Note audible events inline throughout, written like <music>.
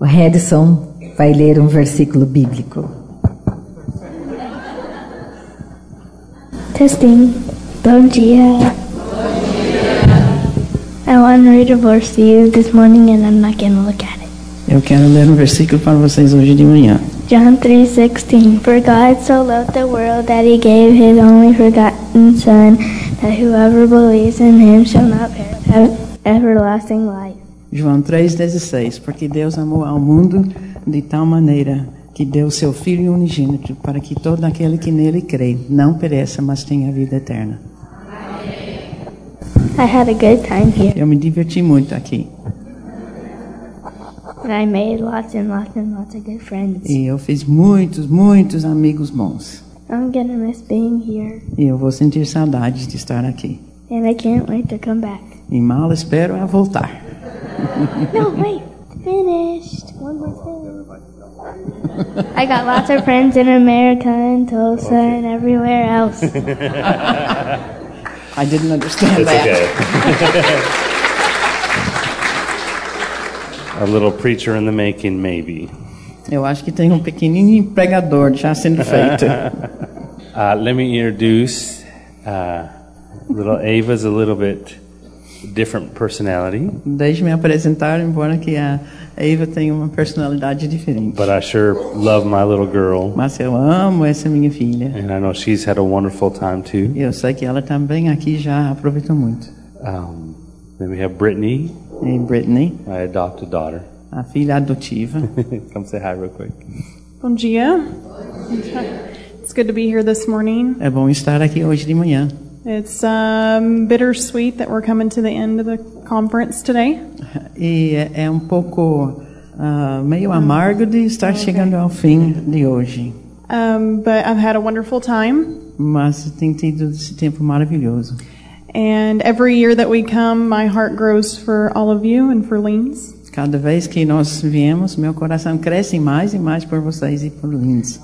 O Redson vai ler um versículo bíblico. Testing. Bom dia. I want to read a verse to you this morning and I'm not going to look at it. Eu quero ler um versículo para vocês hoje de manhã. John 3:16 For God so loved the world that he gave his only begotten son that whoever believes in him shall not perish but have everlasting life. João 3,16. Porque Deus amou ao mundo de tal maneira que deu seu Filho unigênito para que todo aquele que nele crê não pereça, mas tenha vida eterna. I had a good time here Eu me diverti muito aqui and I made lots and lots and lots of good friends. e eu fiz muitos, muitos amigos bons. I'm going to miss being here E eu vou sentir saudades de estar aqui. and I can't wait to come back. E mal espero a voltar. No, wait. Finished. One more thing. I got lots of friends in America and Tulsa and everywhere else. I didn't understand It's that. okay. <laughs> A little preacher in the making, maybe. Eu acho que tem um pequenininho pregador já <laughs> É, sendo feito. Uh, let me introduce uh, little Ava's a little bit different personality, Deixe-me apresentar, embora que a Eva tenha uma personalidade diferente. but I sure love my little girl, Mas eu amo essa minha filha. and I know she's had a wonderful time too. E eu sei que ela também aqui já aproveitou muito. Um, then we have Brittany, E Brittany, my adopted daughter. <laughs> a filha adotiva. Come say hi real quick. Bom dia. It's good to be here this morning. É bom estar aqui hoje de manhã. It's um, bittersweet that we're coming to the end of the conference today. E é é um pouco ah, meio amargo de estar chegando ao fim de hoje. Um, but I've had a wonderful time. Mas tem tido esse tempo maravilhoso. And every year that we come, my heart grows for all of you and for Leans. Cada vez que nós viemos, meu coração cresce mais e mais por vocês e por Lindsay.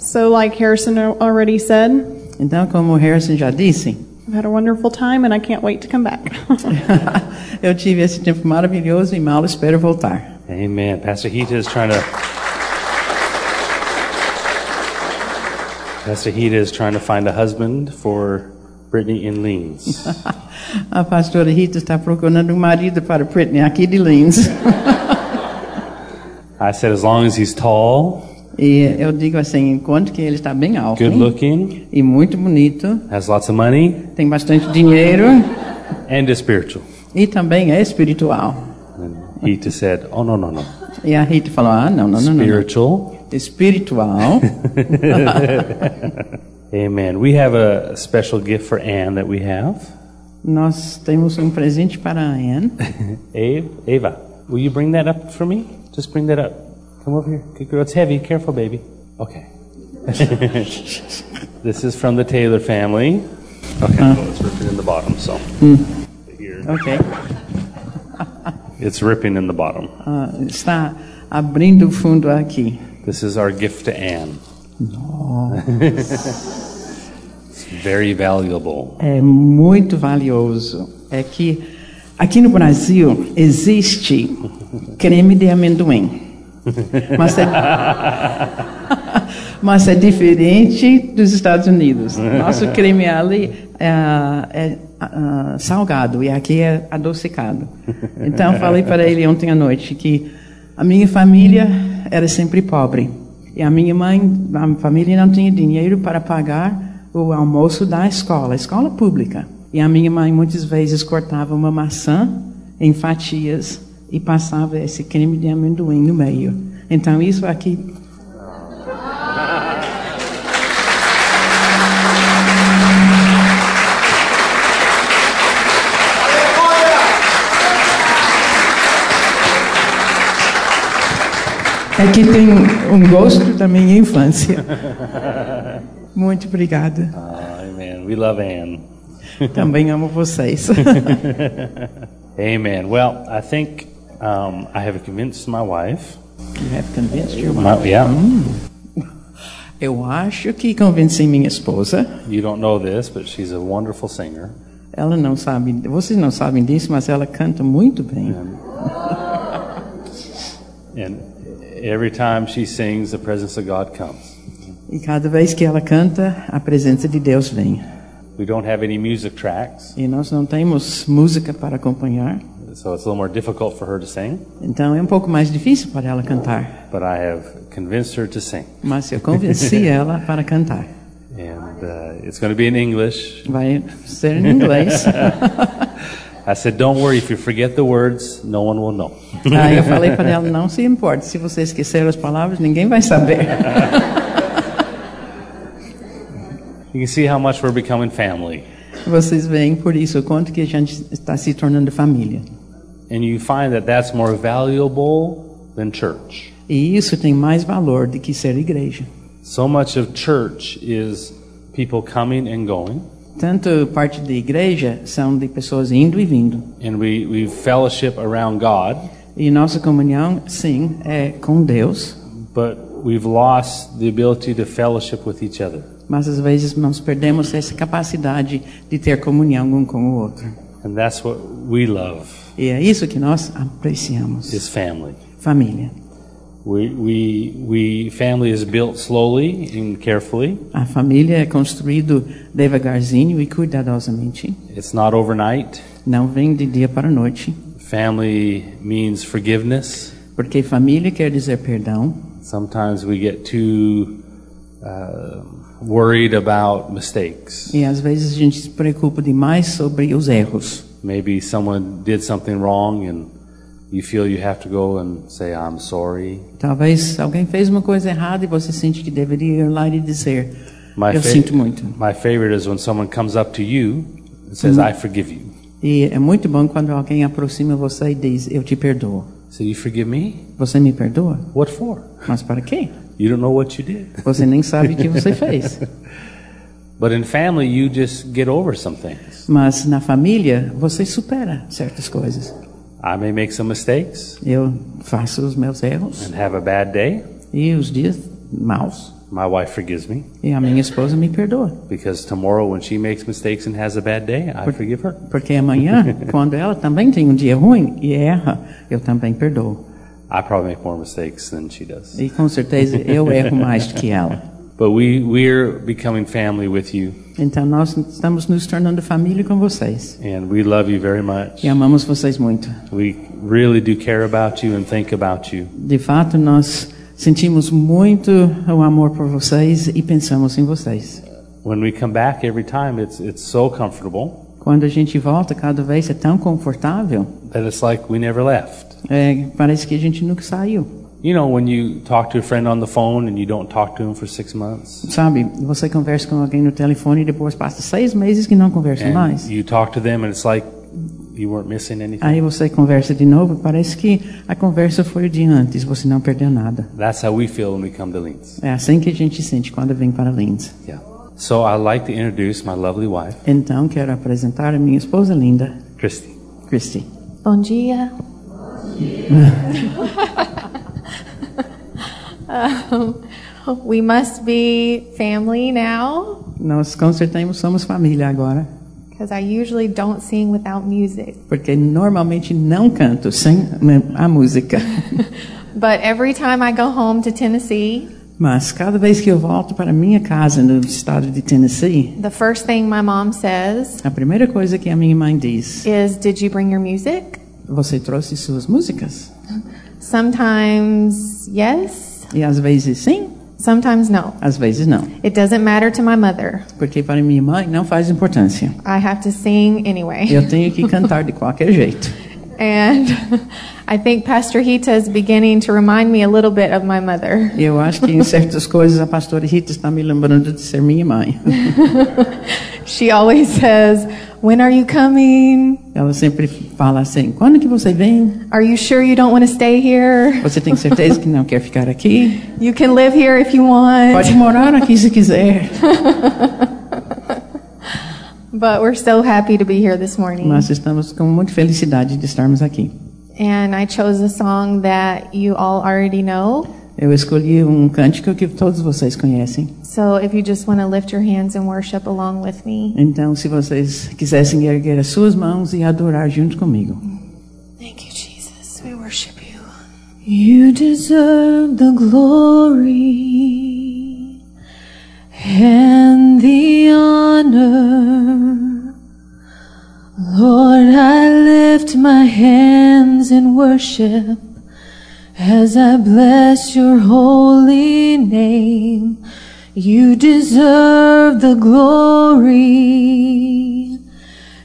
So, like Harrison already said, Então, como o Harrison já disse, I've had a wonderful time and I can't wait to come back. <laughs> eu tive esse tempo maravilhoso e mal espero voltar. Amen. Pastor Hita is trying to. Pastor Hita is trying to find a husband for Brittany and Leans. A pastora Rita está procurando um marido para Britney aqui de Lindsay. I said, as long as he's tall, E eu digo assim, enquanto que ele está bem alto good hein? looking, e muito bonito, has lots of money, tem bastante dinheiro and is spiritual. e também é espiritual. And Hita said, oh, no, no, no. E a Rita falou, ah, não, não, não, não, não. Spiritual. espiritual. Amen. We have a special gift for Anne that we have. Nós temos um presente para a Anne. Ave, Ava, will you bring that up for me? Just bring that up. Come over here. Good girl. It's heavy. Careful, baby. Okay. <laughs> this is from the Taylor family. Okay, well, it's ripping in the bottom, so. Here. Ok. It's ripping in the bottom. Ah, está abrindo o fundo aqui. This is our gift to Anne. <laughs> it's very valuable. é muito valioso é que aqui no Brasil existe creme de amendoim. Mas é, mas é diferente dos Estados Unidos. Nosso creme ali é, é, ah, salgado e aqui é adocicado. Então, falei para ele ontem à noite que a minha família era sempre pobre. E a minha mãe, a família não tinha dinheiro para pagar o almoço da escola, escola pública. E a minha mãe muitas vezes cortava uma maçã em fatias e passava esse creme de amendoim no meio. Então isso aqui é que tem um gosto da minha infância. <laughs> Muito obrigada. Amen. We love Anne. Também amo vocês. Amen. Well, I think um, I have convinced my wife. You have convinced your wife. My, yeah. Eu acho que convenci minha esposa. You don't know this, but she's a wonderful singer. Ela não sabe, vocês não sabem disso, mas ela canta muito bem. And every time she sings, the presence of God comes. E cada vez que ela canta, a presença de Deus vem. We don't have any music tracks, E nós não temos música para acompanhar, so it's a little more difficult for her to sing, então é um pouco mais difícil para ela cantar. but I have convinced her to sing. Mas eu convenci ela para cantar. And uh, it's going to be in English. Vai ser em inglês. I said, Don't worry, if you forget the words, no one will know. Aí eu falei para ela: não se importe, se você esquecer as palavras, ninguém vai saber. <laughs> You can see how much we're becoming family. Vocês veem por isso o quanto que a gente está se tornando família. And you find that that's more valuable than church. E isso tem mais valor do que ser igreja. So much of church is people coming and going, Tanto parte da igreja são de pessoas indo e vindo. and we, we fellowship around God, E nossa comunhão, sim, é com Deus, but we've lost the ability to fellowship with each other. mas às vezes nós perdemos essa capacidade de ter comunhão um com o outro. And that's what we love E é isso que nós apreciamos. is family. Família. We, we, we family is built slowly and carefully. A família é construído devagarzinho e cuidadosamente. It's not overnight. Não vem de dia para a noite, Family means forgiveness. porque família quer dizer perdão. Sometimes we get too uh, worried about mistakes. E às vezes a gente se preocupa demais sobre os erros. Maybe someone did something wrong and you feel you have to go and say, I'm sorry. Talvez alguém fez uma coisa errada e você sente que deveria ir lá e dizer: My, Eu fa- sinto muito. my favorite is when someone comes up to you and says, I forgive you. E é muito bom quando alguém aproxima você e diz: Eu te perdoo. So you forgive me? Você me perdoa? What for? Mas para quê? You don't know what you did. Você nem sabe o que você fez. But in family, you just get over some things. Mas na família, você supera certas coisas. I may make some mistakes Eu faço os meus erros and have a bad day. e os dias maus. My wife forgives me E a minha esposa me perdoa. because tomorrow, when she makes mistakes and has a bad day, I forgive her. Porque amanhã, <laughs> quando ela também tem um dia ruim e erra, eu também perdoo. I probably make more mistakes than she does. E com certeza eu erro mais do que ela. But we, we're becoming family with you, Então nós estamos nos tornando família com vocês. and we love you very much. E amamos vocês muito. We really do care about you and think about you. De fato, nós sentimos muito o amor por vocês e pensamos em vocês. When we come back every time, it's, it's so comfortable Quando a gente volta, cada vez é tão confortável, that it's like we never left. é, parece que a gente nunca saiu. You know, when you talk to a friend on the phone and you don't talk to him for six months, Sabe, você conversa com alguém no telefone e depois passa seis meses que não conversa and mais. you talk to them and it's like you weren't missing anything. Aí você conversa de novo, parece que a conversa foi o de antes, você não perdeu nada. That's how we feel when we come to Leeds. É assim que a gente sente quando vem para Linz. Yeah. So I'd like to introduce my lovely wife, Então, quero apresentar a minha esposa linda, Christy. Christy. Bom dia. Um, we must be family now Nós com certeza somos família agora, because I usually don't sing without music. porque normalmente não canto sem a música. <laughs> But every time I go home to Tennessee, Mas cada vez que eu volto para minha casa no estado de Tennessee, the first thing my mom says a primeira coisa que a minha mãe diz: is, Did you bring your music? "Você trouxe suas músicas?" Sometimes yes, E às vezes sim, sometimes no. às vezes não, It doesn't matter to my mother. porque para minha mãe não faz importância. I have to sing anyway. Eu tenho <laughs> que cantar de qualquer jeito. And <laughs> I think Pastor Hita is beginning to remind me a little bit of my mother. Eu acho <laughs> que em certas coisas a pastora Rita está me lembrando de ser minha mãe. she always says, When are you coming? Ela sempre fala assim: "Quando que você vem? Are you sure you don't want to stay here? Você tem certeza que não quer ficar aqui?" You can live here if you want. Pode morar aqui se quiser. <laughs> But we're so happy to be here this morning. Nós estamos com muita felicidade de estarmos aqui. And I chose a song that you all already know. Eu escolhi um cântico que todos vocês conhecem. So if you just want to lift your hands and worship along with me. Então, se vocês quisessem erguer as suas mãos e adorar junto comigo. Thank you, Jesus. We worship you. You deserve the glory and the honor. Lord, I lift my hands in worship as I bless your holy name. You deserve the glory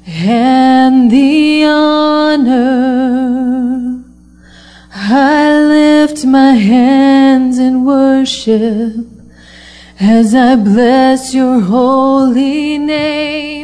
and the honor. I lift my hands in worship as I bless your holy name.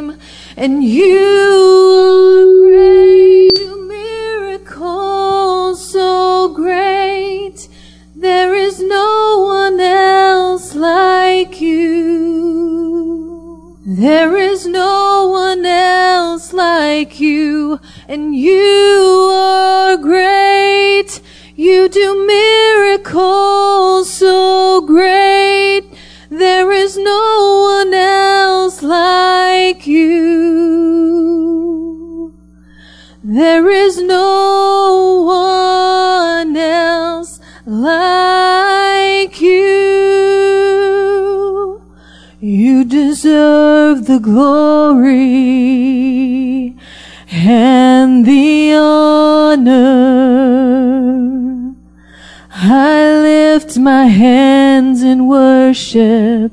And you are great, you miracle so great. There is no one else like you. There is no one else like you. And you are great. You do miracles so great. There is no one else like you. There is no one else like you. You deserve the glory and the honor. I lift my hands in worship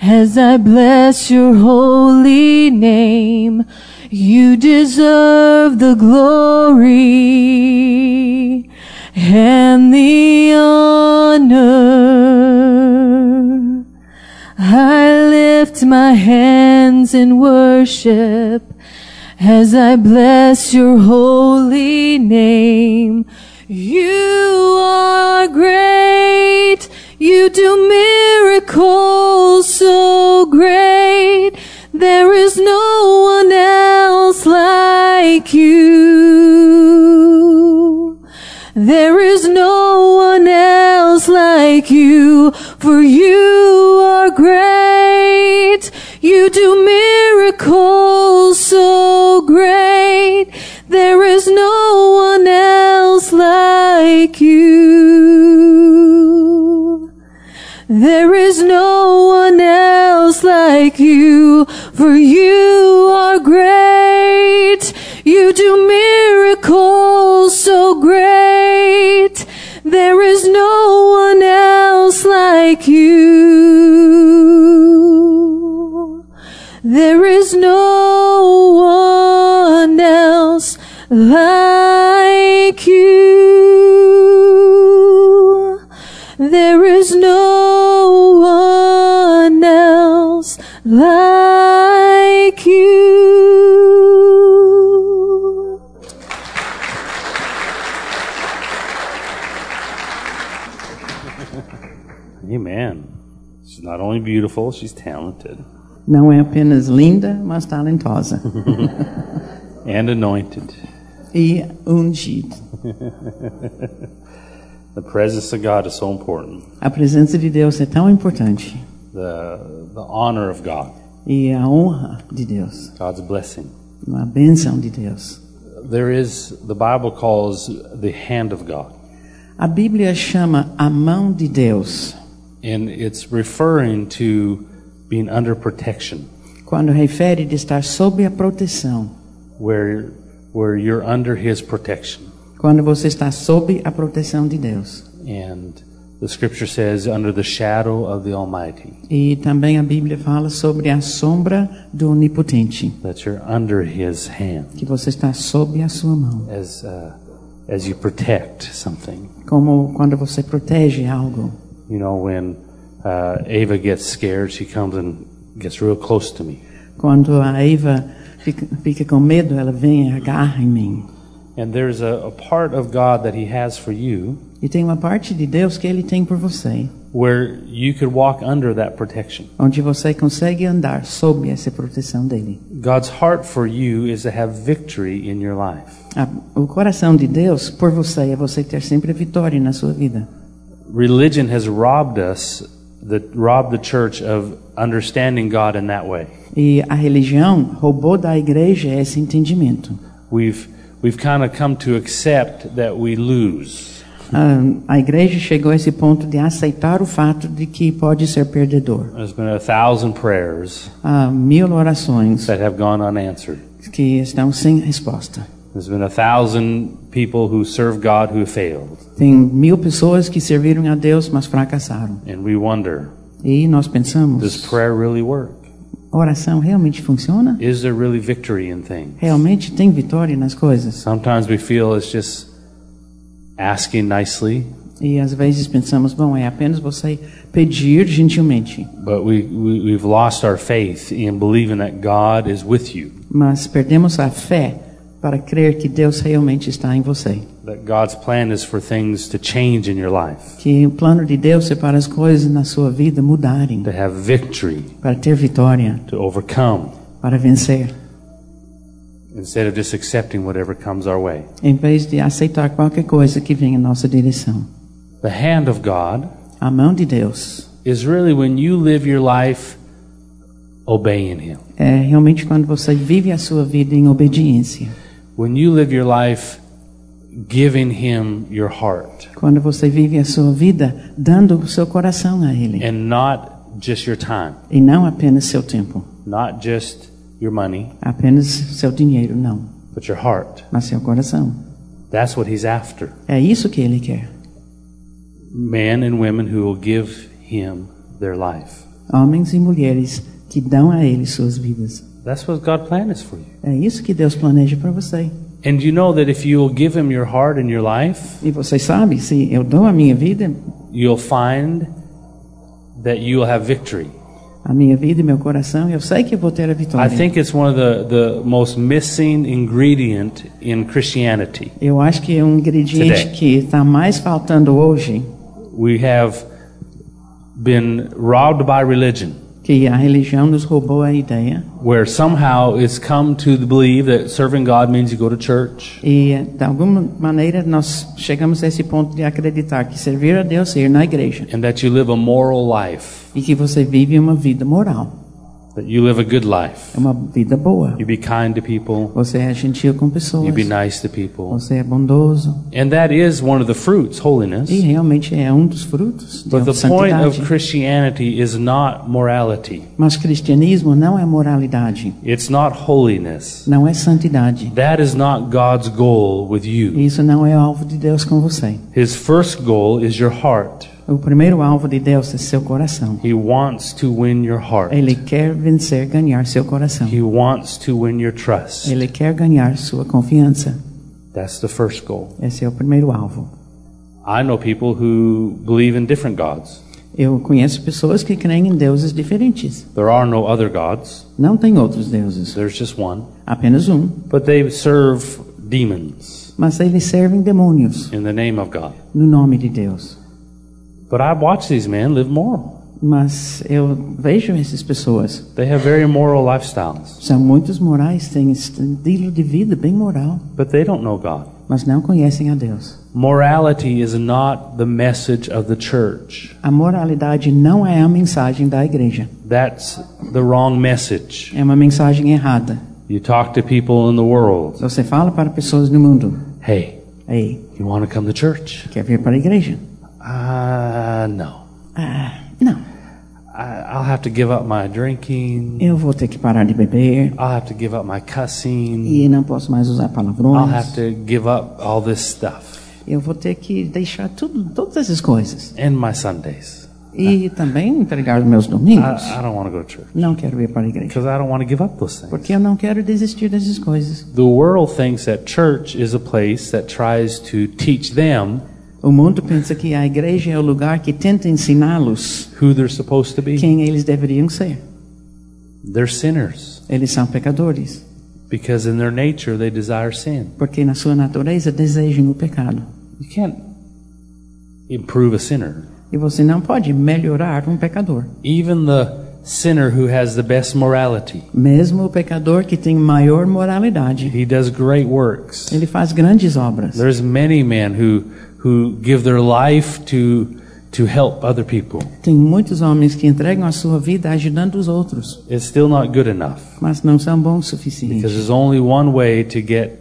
as I bless your holy name. You deserve the glory and the honor. I lift my hands in worship as I bless your holy name. You are great. You do miracles so great. There is no one else like you. There is no one else like you, for you are great. You do miracles so great. There is no one else like you. There is no one else like you, for you are great. You do miracles so great. There is no one else like you. There is no one else like you. There is no one else like you. Amen. She's not only beautiful, she's talented Não é apenas linda, mas talentosa and anointed. e ungida. The presence of God is so important. A presença de Deus é tão importante The the honor of God, e a honra de Deus, God's blessing. a bênção de Deus. There is the Bible calls the hand of God, A Bíblia chama a mão de Deus and it's referring to being under protection, quando refere de estar sob a proteção. where where you're under His protection. Quando você está sob a proteção de Deus. And the Scripture says, under the shadow of the Almighty, E também a Bíblia fala sobre a sombra do Onipotente, that you're under His hand que você está sob a sua mão, as uh, as you protect something. como quando você protege algo. You know, when uh, Ava gets scared, she comes and gets real close to me. Quando a Eva fica, fica com medo, ela vem e agarra em mim. And there's a, a part of God that He has for you E tem uma parte de Deus que Ele tem por você, where you could walk under that protection. onde você consegue andar sob essa proteção dele. God's heart for you is to have victory in your life. A, o coração de Deus por você é você ter sempre vitória na sua vida. Religion has robbed us, the, robbed the church of understanding God in that way. E a religião roubou da igreja esse entendimento. We've, we've kind of come to accept that we lose. Ah, a, a igreja chegou a esse ponto de aceitar o fato de que pode ser perdedor. There's been a thousand prayers Há mil orações that have gone unanswered. que estão sem resposta. There's been a thousand people who serve God who failed. Tem mil pessoas que serviram a Deus, mas fracassaram. And we wonder, E nós does pensamos, prayer really work? oração realmente funciona? Is there really victory in things? Realmente tem vitória nas coisas? Sometimes we feel it's just asking nicely, E às vezes pensamos, bom, é apenas você pedir gentilmente. but we, we, we've lost our faith in believing that God is with you, Mas perdemos a fé para crer que Deus realmente está em você. that God's plan is for things to change in your life, Que o plano de Deus é para as coisas na sua vida mudarem, to have victory, para ter vitória, to overcome, para vencer, instead of just accepting whatever comes our way. em vez de aceitar qualquer coisa que vem em nossa direção. The hand of God A mão de Deus is really when you live your life obeying Him. é realmente quando você vive a sua vida em obediência, When you live your life giving Him your heart quando você vive a sua vida dando o seu coração a Ele and not just your time, e não apenas seu tempo, not just your money, apenas seu dinheiro, não, but your heart. mas seu coração. That's what He's after. É isso que Ele quer. Men and women who will give Him their life. Homens e mulheres que dão a Ele suas vidas. That's what God plan is for you. É isso que Deus planeja para você. And you know that if you will give Him your heart and your life, E você sabe, se eu dou a minha vida, you'll find that you will have victory. a minha vida e meu coração, eu sei que eu vou ter a I vitória. think it's one of the, the most missing ingredient in Christianity. Eu acho que é um ingrediente Today. que está mais faltando hoje, We have been robbed by religion, que a religião nos roubou a ideia. where somehow it's come to believe that serving God means you go to church, E, de alguma maneira, nós chegamos a esse ponto de acreditar que servir a Deus é ir na igreja. and that you live a moral life, E que você vive uma vida moral, that you live a good life. é uma vida boa. You be kind to people, Você é gentil com you pessoas, be nice to people. você é bondoso. And that is one of the fruits, holiness. E realmente é um dos frutos But da the point of santidade. Christianity is not morality. Mas cristianismo não é moralidade, It's not holiness. não é santidade. That is not God's goal with you. Isso não é alvo de Deus com você. His first goal is your heart. O primeiro alvo de Deus é seu coração. He wants to win your heart. Ele quer vencer, ganhar seu coração. He wants to win your trust. Ele quer ganhar sua confiança. That's the first goal. Esse é o primeiro alvo. I know people who believe in different gods. Eu conheço pessoas que creem em deuses diferentes. There are no other gods. Não tem outros deuses, There's just one. apenas um. But they serve demons Mas eles servem demônios in the name of God. no nome de Deus. But I watch these men live moral. Mas eu vejo essas pessoas. They have very moral lifestyles, São muitos morais, têm estilo de vida bem moral, but they don't know God. mas não conhecem a Deus. Morality is not the message of the church. A moralidade não é a mensagem da igreja. That's the wrong message. É uma mensagem errada. You talk to people in the world. Você fala para pessoas no mundo, Hey, ei, you want to come to church? quer vir para a igreja? Uh, no. Ah, não. I, I'll have to give up my drinking. Eu vou ter que parar de beber I'll have to give up my cussing. e não posso mais usar I'll palavrões. have to give up all this stuff Eu vou ter que deixar tudo, todas essas coisas. and my Sundays. E Ah. também entregar os meus domingos. I, I don't want to go to church Não quero ir para a igreja. because I don't want to give up those things. Porque eu não quero desistir dessas coisas. The world thinks that church is a place that tries to teach them O mundo pensa que a igreja é o lugar que tenta ensiná-los who they're supposed to be. quem eles deveriam ser. They're sinners Eles são pecadores. because in their nature they desire sin. Porque na sua natureza desejam o pecado. You can't improve a sinner. E você não pode melhorar um pecador. Even the sinner who has the best morality, Mesmo o pecador que tem maior moralidade, he does great works. ele faz grandes obras. There's many men who who give their life to to help other people. Tem muitos homens que entregam a sua vida ajudando os outros, It's still not good enough mas não são bons o because suficiente. there's only one way to get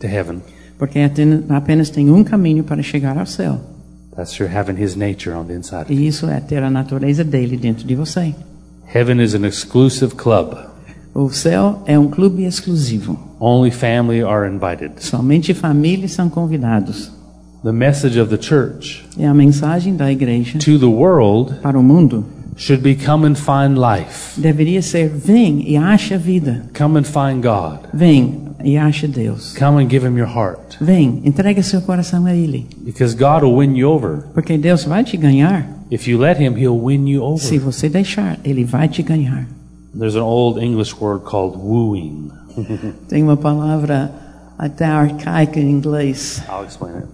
to heaven, Porque aten- apenas tem um caminho para chegar ao céu. That's your having His nature on the inside. of you. E isso é ter a natureza dele dentro de você. Heaven is an exclusive club. O céu é um clube exclusivo. Only family are invited. Somente famílias são convidados. The message of the church E a mensagem da igreja to the world para o mundo should be come and find life, deveria ser: vem e acha a vida. come and find God, Vem e acha Deus. come and give Him your heart. Vem, entrega seu coração a Ele. Because God will win you over. Porque Deus vai te ganhar. If you let Him, He'll win you over. Se você deixar, Ele vai te ganhar. There's an old English word called wooing. Tem uma palavra até arcaica em inglês I'll explain it.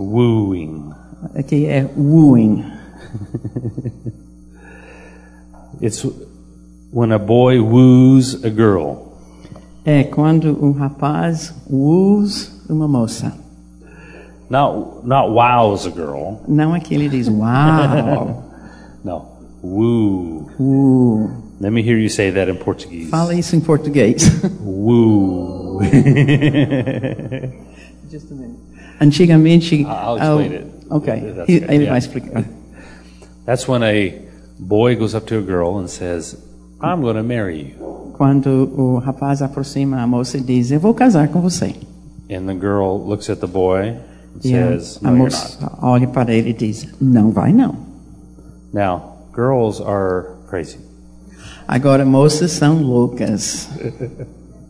Wooing. que é wooing. It's when a boy woos a girl. É quando um rapaz woos uma moça. Not not wows a girl. Não é que ele diz uau, No. Woo. woo. Let me hear you say that in Portuguese. Fala isso em português. <laughs> Woo. <laughs> Antigamente. ah, I'll explain it. Ok, That's He- good, ele yeah. vai explicar. That's when a boy goes up to a girl and says, "I'm going to marry you." Quando o rapaz aproxima a moça e diz: Eu vou casar com você. And the girl looks at the boy and E a, says, a "No, you're not." moça olha para ele e diz: Não vai não. Now, girls are crazy. Agora, moças são loucas.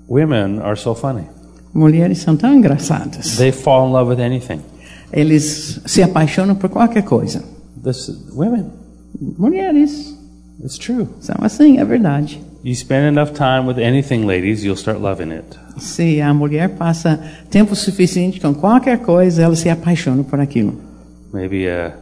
Women are so funny. Mulheres são tão engraçadas. They fall in love with anything. Eles se apaixonam por qualquer coisa. This women. Mulheres It's true. são assim, é verdade. You spend enough time with anything, ladies, you'll start loving it. Se a mulher passa tempo suficiente com qualquer coisa, ela se apaixona por aquilo. Maybe a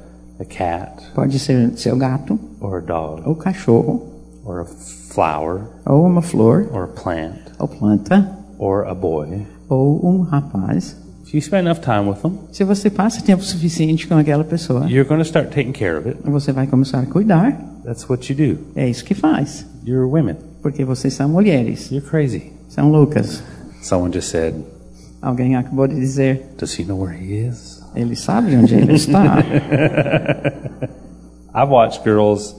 a cat Pode ser seu gato, or a dog ou cachorro, or a flower ou uma flor, or a plant ou planta, or a boy. ou um rapaz. If you spend enough time with them, Se você passa tempo suficiente com aquela pessoa, you're going to start taking care of it. você vai começar a cuidar. That's what you do. É isso que faz. You're women. Porque vocês são mulheres, You're crazy. são loucas. Someone just said, Alguém acabou de dizer "Does he know where he is?" Ele sabe onde ele está. Ah. <laughs> I've watched girls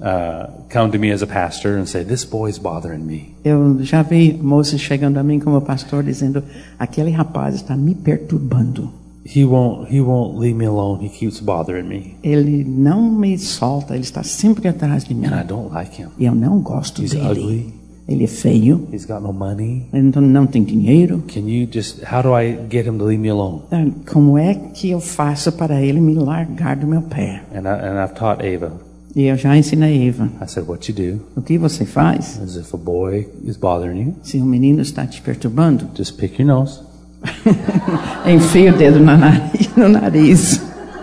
uh, come to me as a pastor and say, "This boy's bothering me." Eu já vi moças chegando a mim como pastor dizendo: aquele rapaz está me perturbando. He won't. He won't leave me alone. He keeps bothering me, Ele não me solta, ele está sempre atrás de mim. and I don't like him. E eu não gosto He's dele. ugly. Ele é feio, He's got no money. ele não- não tem dinheiro. Can you just? How do I get him to leave me alone? Ah, Como é que eu faço para ele me largar do meu pé? And I, and I've taught Ava. E eu já ensinei a Eva: I said, what you do o que você faz is if a boy is bothering you, se um menino está te perturbando? just pick your nose, Enfia o dedo na nariz, <laughs> no nariz.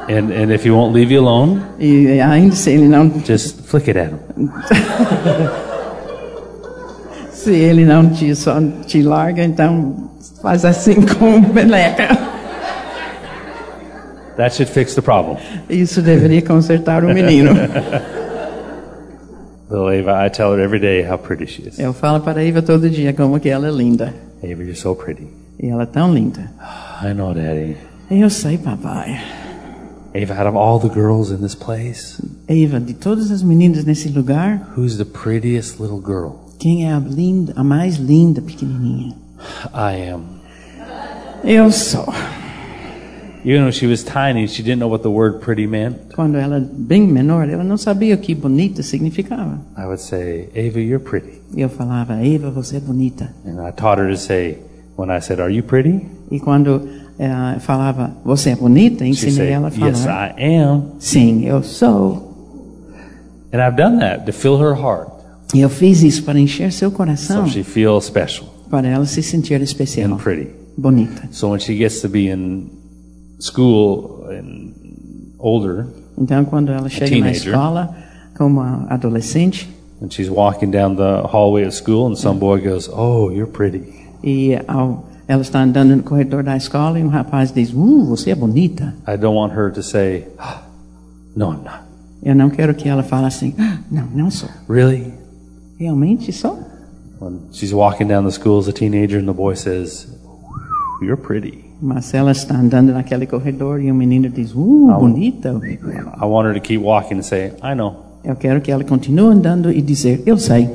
and and if he won't leave you alone, E ainda se ele não just flick it at him. Se ele não te, só te larga, então faz assim <laughs> com o peleca. That should fix the problem. Isso deveria consertar o menino. Little Ava, I tell her every day how pretty she is. Eu falo para a Eva todo dia como que ela é linda. Ava, you're so pretty. E ela é tão linda. I know, Daddy. Eu sei, papai. Ava, out of all the girls in this place, Eva, de todas as meninas nesse lugar, who's the prettiest little girl? quem é a, linda, a mais linda pequenininha? I am. Eu sou. Even when she was tiny, she didn't know what the word pretty meant. Quando ela era bem menor, ela não sabia o que bonita significava. I would say, Ava, you're pretty. E eu falava, Eva, você é bonita. And I taught her to say, when I said, Are you pretty? E quando eh, falava, você é bonita, She'd ensinei say, ela a falar. Yes, I am. Sim, eu sou. And I've done that to fill her heart E eu fiz isso para encher seu coração, so she feels special para ela se sentir and especial, pretty. bonita. So when she gets to be in school and older, Então, quando ela chega na teenager. escola, como a- adolescente, and she's walking down the hallway at school, and some boy goes, Oh, you're pretty. e ao- ela está andando no corredor da escola e um rapaz diz: Uh, você é bonita. I don't want her to say, <gasps> "Ah, No, I'm not. Eu não quero que ela fale assim: "Ah, Não, não sou. Really? Realmente sou. When she's walking down the school as a teenager, and the boy says, You're pretty. Marcela está andando naquele corredor e o menino diz: Uh, bonita. I want her to keep walking and say, I know. Eu quero que ela continue andando e dizer: Eu sei.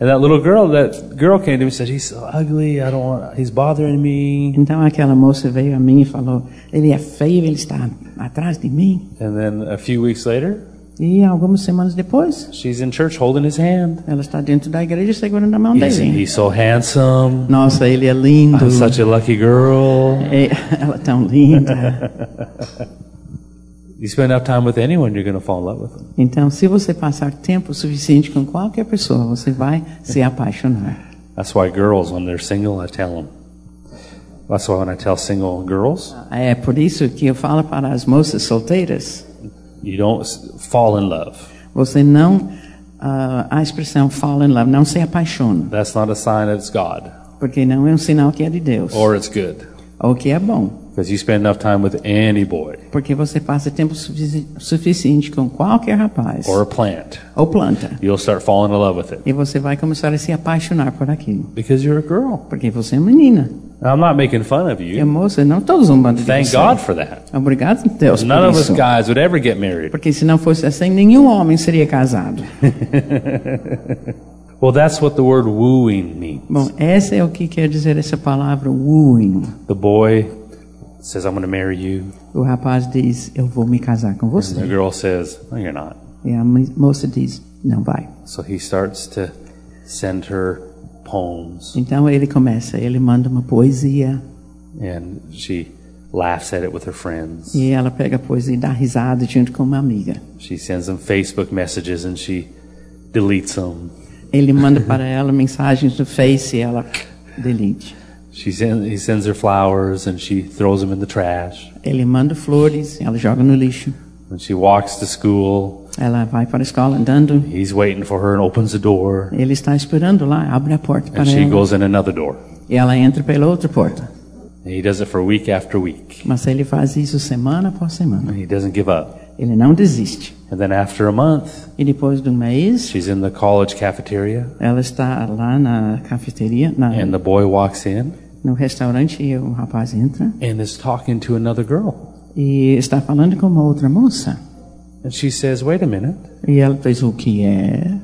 And that little girl, that girl came to me and said, He's so ugly. I don't want, he's bothering me. Então aquela moça veio a mim e falou: Ele é feio, ele está atrás de mim. And then a few weeks later, E algumas semanas depois, she's in church holding his hand. ela está dentro da igreja segurando a mão He's, dele. he's so handsome. Nossa, ele é lindo. I'm such a lucky girl. É, ela é tão linda. You spend enough time with anyone, you're going to fall in love with them. Então, se você passar tempo suficiente com qualquer pessoa, você vai se apaixonar. That's why girls, when they're single, I tell them. That's why when I tell single girls, É por isso que eu falo para as moças solteiras: you don't s- fall in love. você não. ah, a expressão fall in love, não se apaixona, That's not a sign that it's God porque não é um sinal que é de Deus, or it's good. ou que é bom. Because you spend enough time with any boy Porque você passa tempo sufici- suficiente com qualquer rapaz or a plant, ou planta you'll start falling in love with it e você vai começar a se apaixonar por aquilo. because you're a girl. Porque você é menina, Now, I'm not making fun of é you. moça, não todos um bando de Thank você. God for that. Obrigado, Deus, None por of us isso. guys would ever get married. Porque se não fosse assim, nenhum homem seria casado. Well, that's what the word wooing means. Bom, essa é o que quer dizer essa palavra wooing. The boy says, I'm going to marry you. O rapaz diz, eu vou me casar com The você. girl says, No, you're not. E a mo- moça diz, não vai. So he starts to send her poems, Então ele começa, ele manda uma poesia and she laughs at it with her friends. e ela pega a poesia e dá risada junto com uma amiga. She sends him Facebook messages and she deletes them. Ele manda para ela mensagens do Face e ela delete. She send, he sends her flowers and she throws them in the trash. Ele manda flores, ela joga no lixo. When she walks to school, Ela vai para a escola andando. he's waiting for her and opens the door, Ele está esperando lá, abre a porta para and she ela. goes in another door. E ela entra pela outra porta. And he does it for week after week. Mas ele faz isso semana após semana. And he doesn't give up. Ele não desiste. And then after a month, E depois de um mês, she's in the college cafeteria, ela está lá na cafeteria, na, and the boy walks in no restaurante, e o rapaz entra and is talking to another girl. e está falando com uma outra moça. And she says, Wait a minute. E ela fez o que é?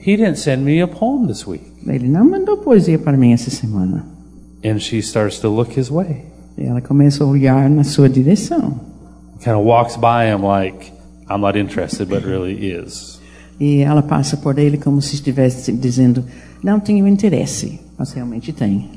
He didn't send me a poem this week. Ele não mandou poesia para mim essa semana. And she starts to look his way. E Ela começa a olhar na sua direção. Kind of walks by him like, I'm not interested, but really is. E ela passa por ele como se estivesse dizendo: Não tenho interesse, mas realmente tem.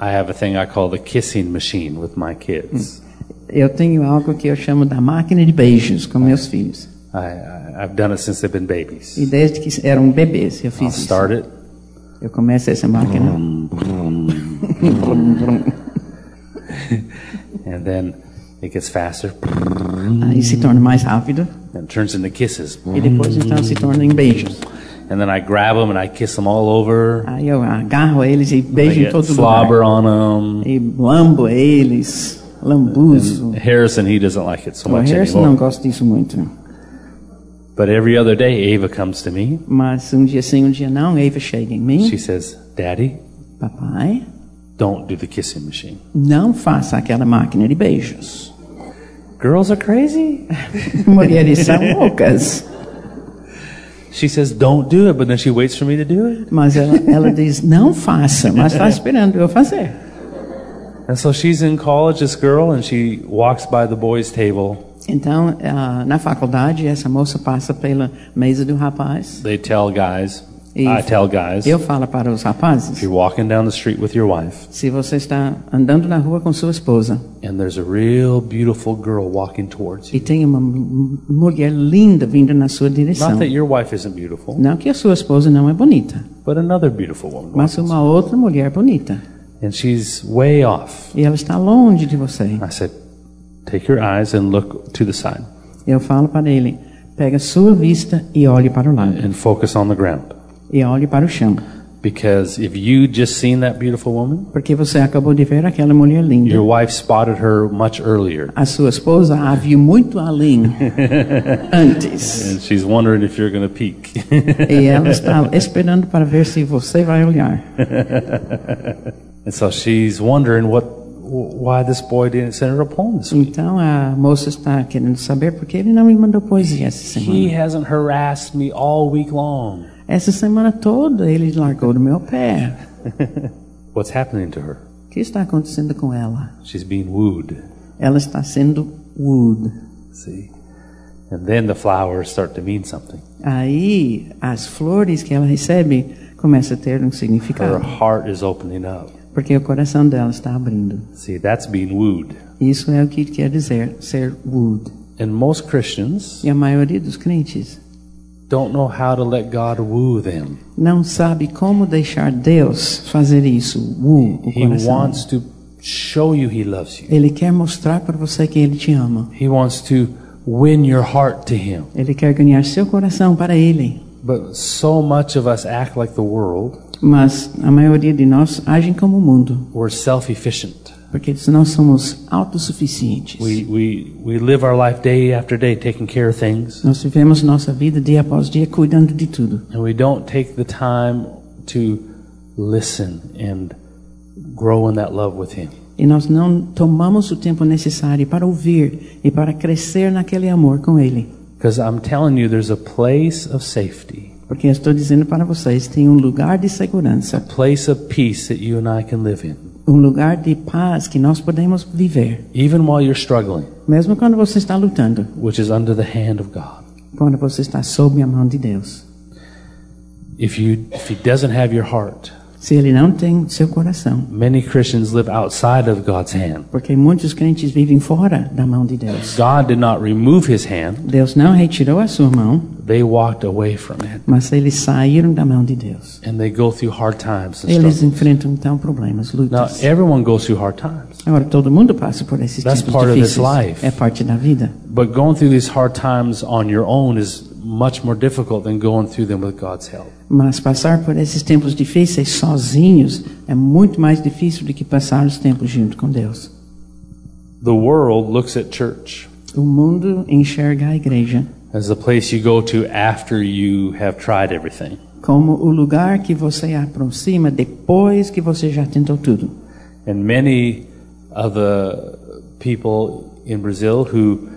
I have a thing I call the kissing machine with my kids. Eu tenho algo que eu chamo da máquina de beijos com meus filhos. I, I, I've done it since they've been E babies. desde que eram bebês, eu I'll fiz isso. start it. Eu começo essa máquina. And then it gets faster Aí se torna mais rápido. and turns into kisses. E depois então se torna em beijos. And then I grab them and I kiss them all over. Aí eu agarro eles e I beijo em get todo slobber lugar. on E lambo eles. Lambuzo. them. Harrison, he doesn't like it so O much Harrison não anymore. gosta disso muito. But every other day, Ava comes to me. Mas um dia sim, um dia não, Eva chega em mim. She says, Daddy, Papai, don't do the kissing machine. Não faça aquela máquina de beijos. <laughs> Girls are crazy. Mulheres são loucas. She says, Don't do it, but then she waits for me to do it. Mas ela, ela diz, não faça, mas está esperando eu fazer. And so she's in college, this girl, and she walks by the boys' table. Então, ah, na faculdade, essa moça passa pela mesa do rapaz. They tell guys, Eve. I tell guys, Eu if falo para os rapazes, you're walking down the street with your wife, se você está andando na rua com sua esposa and there's a real beautiful girl walking towards you. e tem uma m- mulher linda vindo na sua direção, Not that your wife isn't beautiful, não que a sua esposa não é bonita, but another beautiful woman. mas walking. uma outra mulher bonita, And she's way off. e ela está longe de você. I said, Take your eyes and look to the side Eu falo para ele, pega sua vista e olhe para o lado. and focus on the ground. e olhe para o chão, Because if you just seen that beautiful woman, porque você acabou de ver aquela mulher linda. your wife spotted her much earlier. A sua esposa a viu muito além antes. And she's wondering if you're going to peek. <laughs> E ela está esperando para ver se você vai olhar. And so she's wondering what, why this boy didn't send her a poem this week. Então a moça está querendo saber por que ele não me mandou poesia essa He semana. hasn't harassed me all week long. Essa semana toda ele largou do meu pé. What's happening to her? O que está acontecendo com ela? She's being wooed. Ela está sendo wooed. See? And then the flowers start to mean something. Aí as flores que ela recebe começam a ter um Her significado, heart is opening up. porque o coração dela está abrindo. See, that's being wooed. Isso é o que quer dizer ser wooed. And most Christians E a maioria dos crentes don't know how to let God woo them. não sabe como deixar Deus fazer isso. Woo, o He coração. wants to show you He loves you, Ele quer mostrar para você que ele te ama. He wants to win your heart to Him. Ele quer ganhar seu coração para ele. But so much of us act like the world. Mas a maioria de nós agem como o mundo, We're self efficient. porque nós somos autossuficientes. We, we, we live our life day after day taking care of things, Nós vivemos nossa vida dia após dia cuidando de tudo. and we don't take the time to listen and grow in that love with Him. E nós não tomamos o tempo necessário para ouvir e para crescer naquele amor com Ele. Because I'm telling you, there's a place of safety, Porque eu estou dizendo para vocês, tem um lugar de segurança, place of peace that you and I can live in, um lugar de paz que nós podemos viver, even while you're struggling, mesmo quando você está lutando, which is under the hand of God. quando você está sob a mão de Deus. If, you, if He doesn't have your heart, Se Ele não tem seu coração, many Christians live outside of God's hand. porque muitos crentes vivem fora da mão de Deus. God did not remove His hand, Deus não retirou a sua mão, they walked away from it. mas eles saíram da mão de Deus. And they go through hard times. And Eles struggles. enfrentam então problemas, Now, lutas. everyone goes through hard times. Agora todo mundo passa por esses é That's tipos part of this difíceis. life. É parte da vida. But going through these hard times on your own is much more difficult than going through them with God's help. Mas passar por esses tempos difíceis sozinhos é muito mais difícil do que passar os tempos junto com Deus. The world looks at church O mundo enxerga a igreja as the place you go to after you have tried everything. como o lugar que você aproxima depois que você já tentou tudo. And many of the people in Brazil who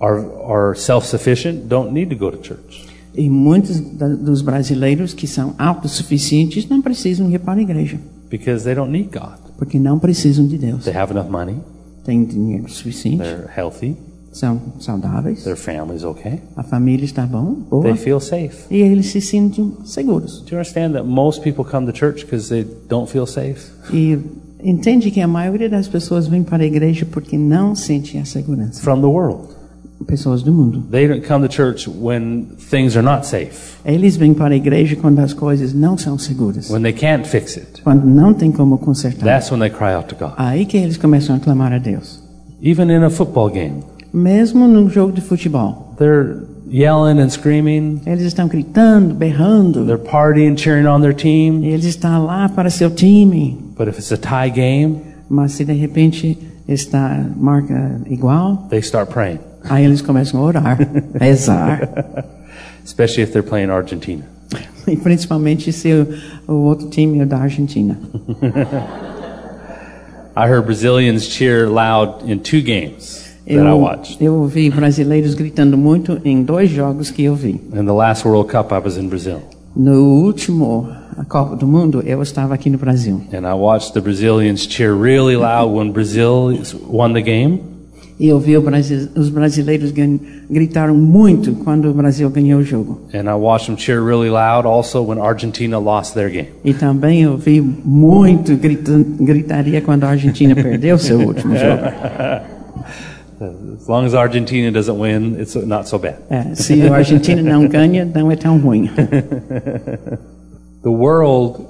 are, are self sufficient don't need to go to church. E muitos da, dos brasileiros que são autossuficientes não precisam ir para a igreja, Because they don't need God. porque não precisam de Deus. They have enough money, Têm dinheiro suficiente, they're healthy, são saudáveis, their family's okay, a família está bom, boa, they feel safe. e eles se sentem seguros. Do you understand that most people come to church because they don't feel safe? E entende que a maioria das pessoas vem para a igreja porque não sente a segurança. From the world. Pessoas do mundo. They don't come to church when things are not safe, Eles vêm para a igreja quando as coisas não são seguras, when they can't fix it. quando não tem como consertar. That's when they cry out to God. Aí que eles começam a clamar a Deus. Even in a football game, Mesmo num jogo de futebol, they're yelling and screaming, eles estão gritando, berrando, they're partying, cheering on their e team. eles estão lá para seu time, But if it's a tie game, mas se de repente está marca igual, they start praying, aí eles começam a orar, <laughs> rezar. especially if they're playing Argentina. E principalmente se o, o outro time é da Argentina. I heard Brazilians cheer loud in two games that I watched. eu ouvi brasileiros gritando muito em dois jogos que eu vi. In the last World Cup, I was in Brazil, No último a Copa do Mundo, eu estava aqui no Brasil. and I watched the Brazilians cheer really loud when Brazil won the game. E eu vi o Brasi- os brasileiros gan- gritaram muito quando o Brasil ganhou o jogo. And I watched them cheer really loud also when Argentina lost their game. E também eu vi muito grita- gritaria quando a Argentina perdeu seu último jogo. As long as Argentina doesn't win, it's not so bad. É, se a Argentina não ganha, não é tão ruim. The world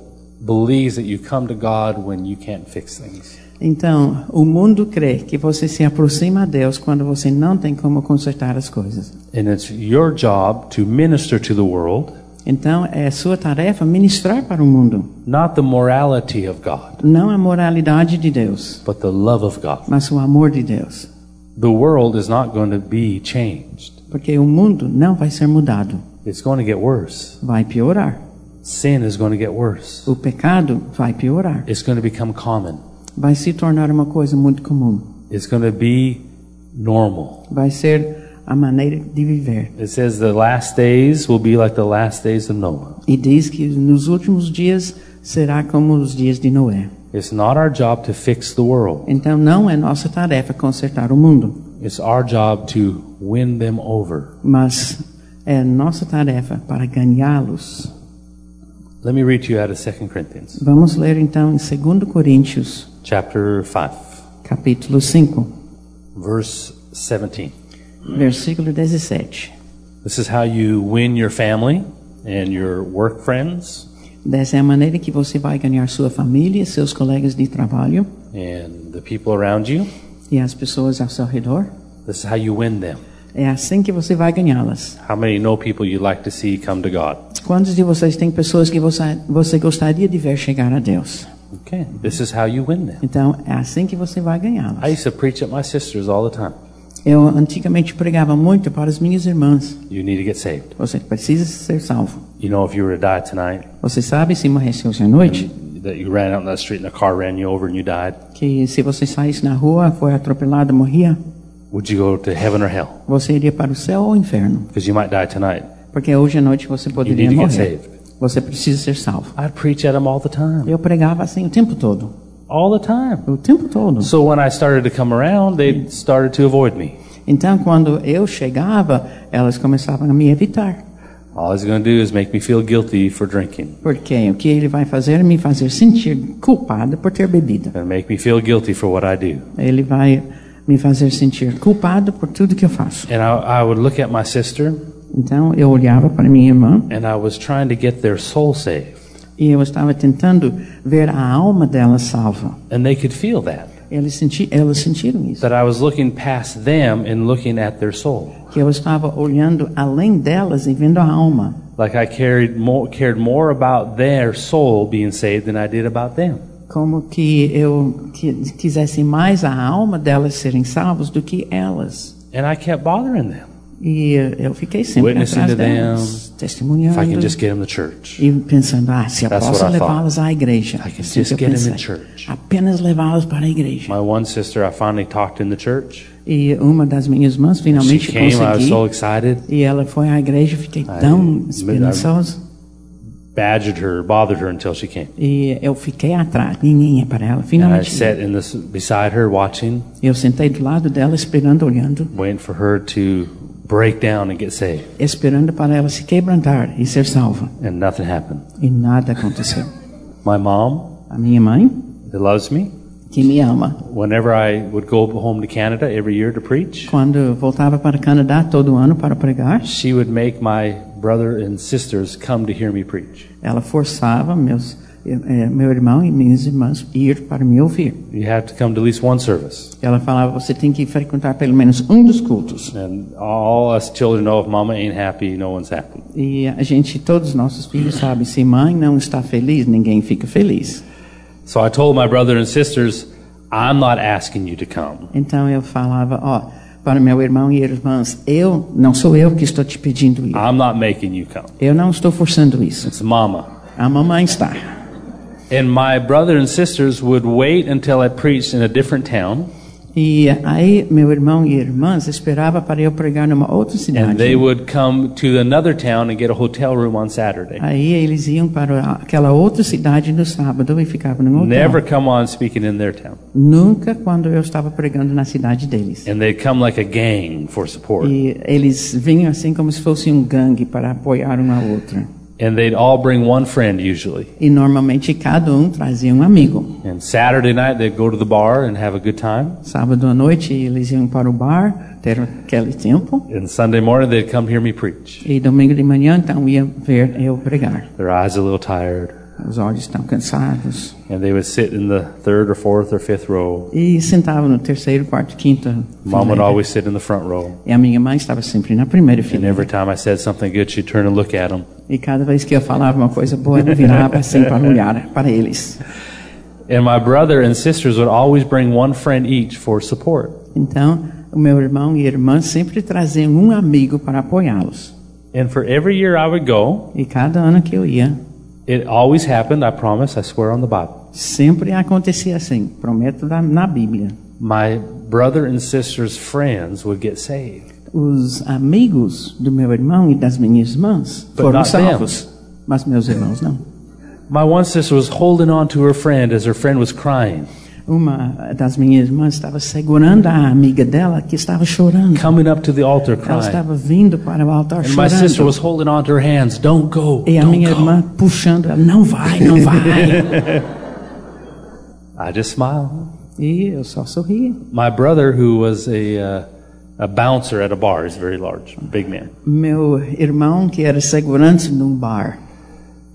believes that you come to God when you can't fix things. Então, o mundo crê que você se aproxima a Deus quando você não tem como consertar as coisas. And it's your job to minister to the world, Então, é sua tarefa ministrar para o mundo, not the morality of God, não a moralidade de Deus, but the love of God. mas o amor de Deus. The world is not going to be changed. Porque o mundo não vai ser mudado, It's going to get worse. vai piorar. sin is going to get worse. O pecado vai piorar, It's going to become common. vai se tornar uma coisa muito comum, It's going to be normal. vai ser a maneira de viver. It says the last days will be like the last days of Noah. E diz que nos últimos dias será como os dias de Noé. It's not our job to fix the world. Então não é nossa tarefa consertar o mundo, It's our job to win them over. mas é nossa tarefa para ganhá-los. Let me read to you out of 2 Corinthians, Vamos ler então em 2 Coríntios, chapter 5, capítulo 5, verse 17. versículo 17. This is how you win your family and your work friends Dessa é a maneira que você vai ganhar sua família, seus colegas de trabalho and the people around you. e as pessoas ao seu redor. This is how you win them. É assim que você vai ganhá-las. How many know people you'd like to see come to God? Quantos de vocês têm pessoas que você, você gostaria de ver chegar a Deus? Okay, this is how you win them. Então, é assim que você vai I ganhá-las. used to preach at my sister's all the time. Eu antigamente pregava muito para as minhas irmãs. You need to get saved. Você precisa ser salvo. You know, if you were to die tonight, Você sabe, se morresse hoje à noite, that you ran out in that street and a car ran you over and you died, que se você saísse na rua, foi atropelado, morria, would you go to heaven or hell? você iria para o céu ou o inferno. Because you might die tonight. Porque hoje à noite você You need poderia to get morrer. saved. Você precisa ser salvo. I preach at them all the time. Eu pregava assim o tempo todo. All the time. O tempo todo. So when I started to come around, they started to avoid me. Então, quando eu chegava, elas começavam a me evitar. All he's going to do is make me feel guilty for drinking Porque o que ele vai fazer é me fazer sentir culpada por ter bebido. and make me feel guilty for what I do. Ele vai me fazer sentir culpado por tudo que eu faço. And I, I would look at my sister Então, eu olhava para minha irmã and I was trying to get their soul saved. e eu estava tentando ver a alma dela salva. And they could feel that. Eles senti, elas sentiram isso. That I was looking past them and looking at their soul. Que eu estava olhando além delas e vendo a alma. Like I cared more, cared more about their soul being saved than I did about them. Como que eu que- quisesse mais a alma delas serem salvas do que elas. And I kept bothering them. E eh, eu fiquei sempre Witnessing atrás to them. delas, If I can testemunhando just get them to church. e pensando, ah, se eu That's posso what I thought. levá-las à igreja. I can Assim just que eu get them in pensei. church. apenas levá-las para a igreja. My one sister, I finally talked in the church. E uma das minhas irmãs She finalmente came. I was consegui. so excited. E ela foi à igreja, eu fiquei tão esperançosa. Badgered her, bothered her until she came. E eu fiquei atrás, ninguém para ela. And I Finalmente, sat in this beside her, watching, eu sentei do lado dela, esperando, olhando, waiting for her to break down and get saved. esperando para ela se quebrantar e ser salva. And nothing happened. E nada aconteceu. My mom, A minha mãe, that loves me, que me ama, whenever I would go home to Canada every year to preach, quando eu voltava para o Canadá todo ano para pregar, she would make my brother and sisters come to hear me preach. ela forçava meus eh, meu irmão e minhas irmãs ir para me ouvir. You have to come to at least one service. Ela falava: você tem que frequentar pelo menos um dos cultos. And all us children know if mama ain't happy, no one's happy. E a gente, todos os nossos filhos sabem, se mãe não está feliz, ninguém fica feliz. So I told my brother and sisters, I'm not asking you to come. Então eu falava: ó, para meu irmão e irmãs, eu não sou eu que estou te pedindo isso. I'm not making you come. Eu não estou forçando isso. It's mama. A mamãe está. And my brother and sisters would wait until I preached in a different town, E aí meu irmão e irmãs esperava para eu pregar numa outra and they cidade. would come to another town and get a hotel room on Saturday. Aí eles iam para aquela outra cidade no sábado e ficavam no hotel. Never come on speaking in their town. Nunca quando eu estava pregando na cidade deles. And they'd come like a gang for support. E eles vinham assim como se fosse um gangue para apoiar um ao outro. And they'd all bring one friend usually. E normalmente cada um trazia um amigo. And Saturday night they'd go to the bar and have a good time. Sábado à noite eles iam para o bar, ter aquele tempo. And Sunday morning they'd come hear me preach. E domingo de manhã então ia ver eu pregar. Their eyes a little tired. Os olhos estão cansados. And they would sit in the third or fourth or fifth row. E sentavam no terceiro, quarto, quinto. Mom would fileira. always sit in the front row. E a minha mãe estava sempre na primeira And fileira. every time I said something good, she'd turn and look at them. E cada vez que eu falava uma coisa boa, ela virava assim para olhar para eles. And my brother and sisters would always bring one friend each for support. Então, o meu irmão e irmã sempre traziam um amigo para apoiá-los. And for every year I would go, E cada ano que eu ia, It always happened, I promise, I swear on the Bible. Sempre acontecia assim, prometo na, na Bíblia. My brother and sister's friends would get saved, Os amigos do meu irmão e das minhas irmãs foram not them. salvos, mas meus irmãos não. My one sister was holding on to her friend as her friend was crying, Uma das minhas irmãs estava segurando a amiga dela que estava chorando. coming up to the altar Ela crying. estava vindo para o altar And my sister chorando. was holding on to her hands. Don't go. E a don't minha go." irmã puxando ela, não vai, <laughs> não vai. I just smiled. e eu só sorria. My brother, who was a uh, a bouncer at a bar, is very large, big man. Meu irmão, que era segurança num bar,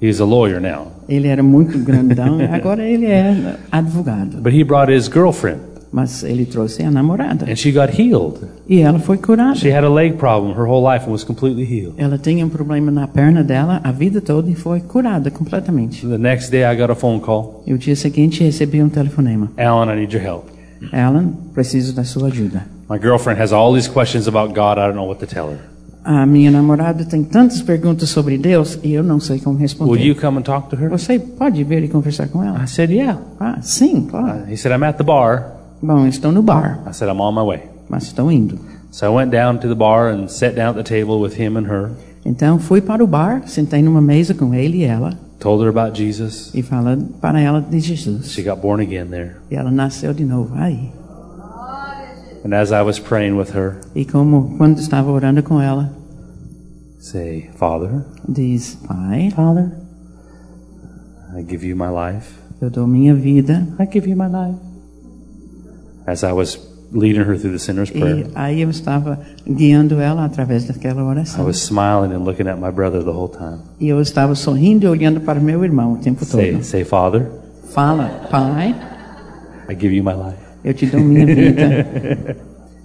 He's a lawyer now, ele era muito <laughs> grandão, agora ele é advogado. but he brought his girlfriend, Mas ele trouxe a namorada and she got healed. e ela foi curada. She had a leg problem her whole life and was completely healed. Ela tinha um problema na perna dela a vida toda e foi curada completamente. The next day, I got a phone call. E o dia seguinte recebi um telefonema. Alan, I need your help. Alan, preciso da sua ajuda. My girlfriend has all these questions about God. I don't know what to tell her. A minha namorada tem tantas perguntas sobre Deus e eu não sei como Will responder. you come and talk to her? Você pode vir e conversar com ela? I said, yeah. Ah, sim, claro. He said, I'm at the bar. Bom, estou no bar, I said, I'm on my way. mas estou indo. So I went down to the bar and sat down at the table with him and her, Então fui para o bar, sentei numa mesa com ele e ela told her about Jesus. e falando para ela de Jesus. She got born again there. E ela nasceu de novo aí. And as I was praying with her, E como quando estava orando com ela, say, Father, diz: Pai, Father, I give you my life. eu dou minha vida I give you my life. As I was leading her through the sinner's prayer, E aí eu estava guiando ela através daquela I oração. was smiling and looking at my brother the whole time. E eu estava sorrindo e olhando para meu irmão o tempo Say, todo. say, Father, Fala, pai, I give you my life. eu te dou minha vida.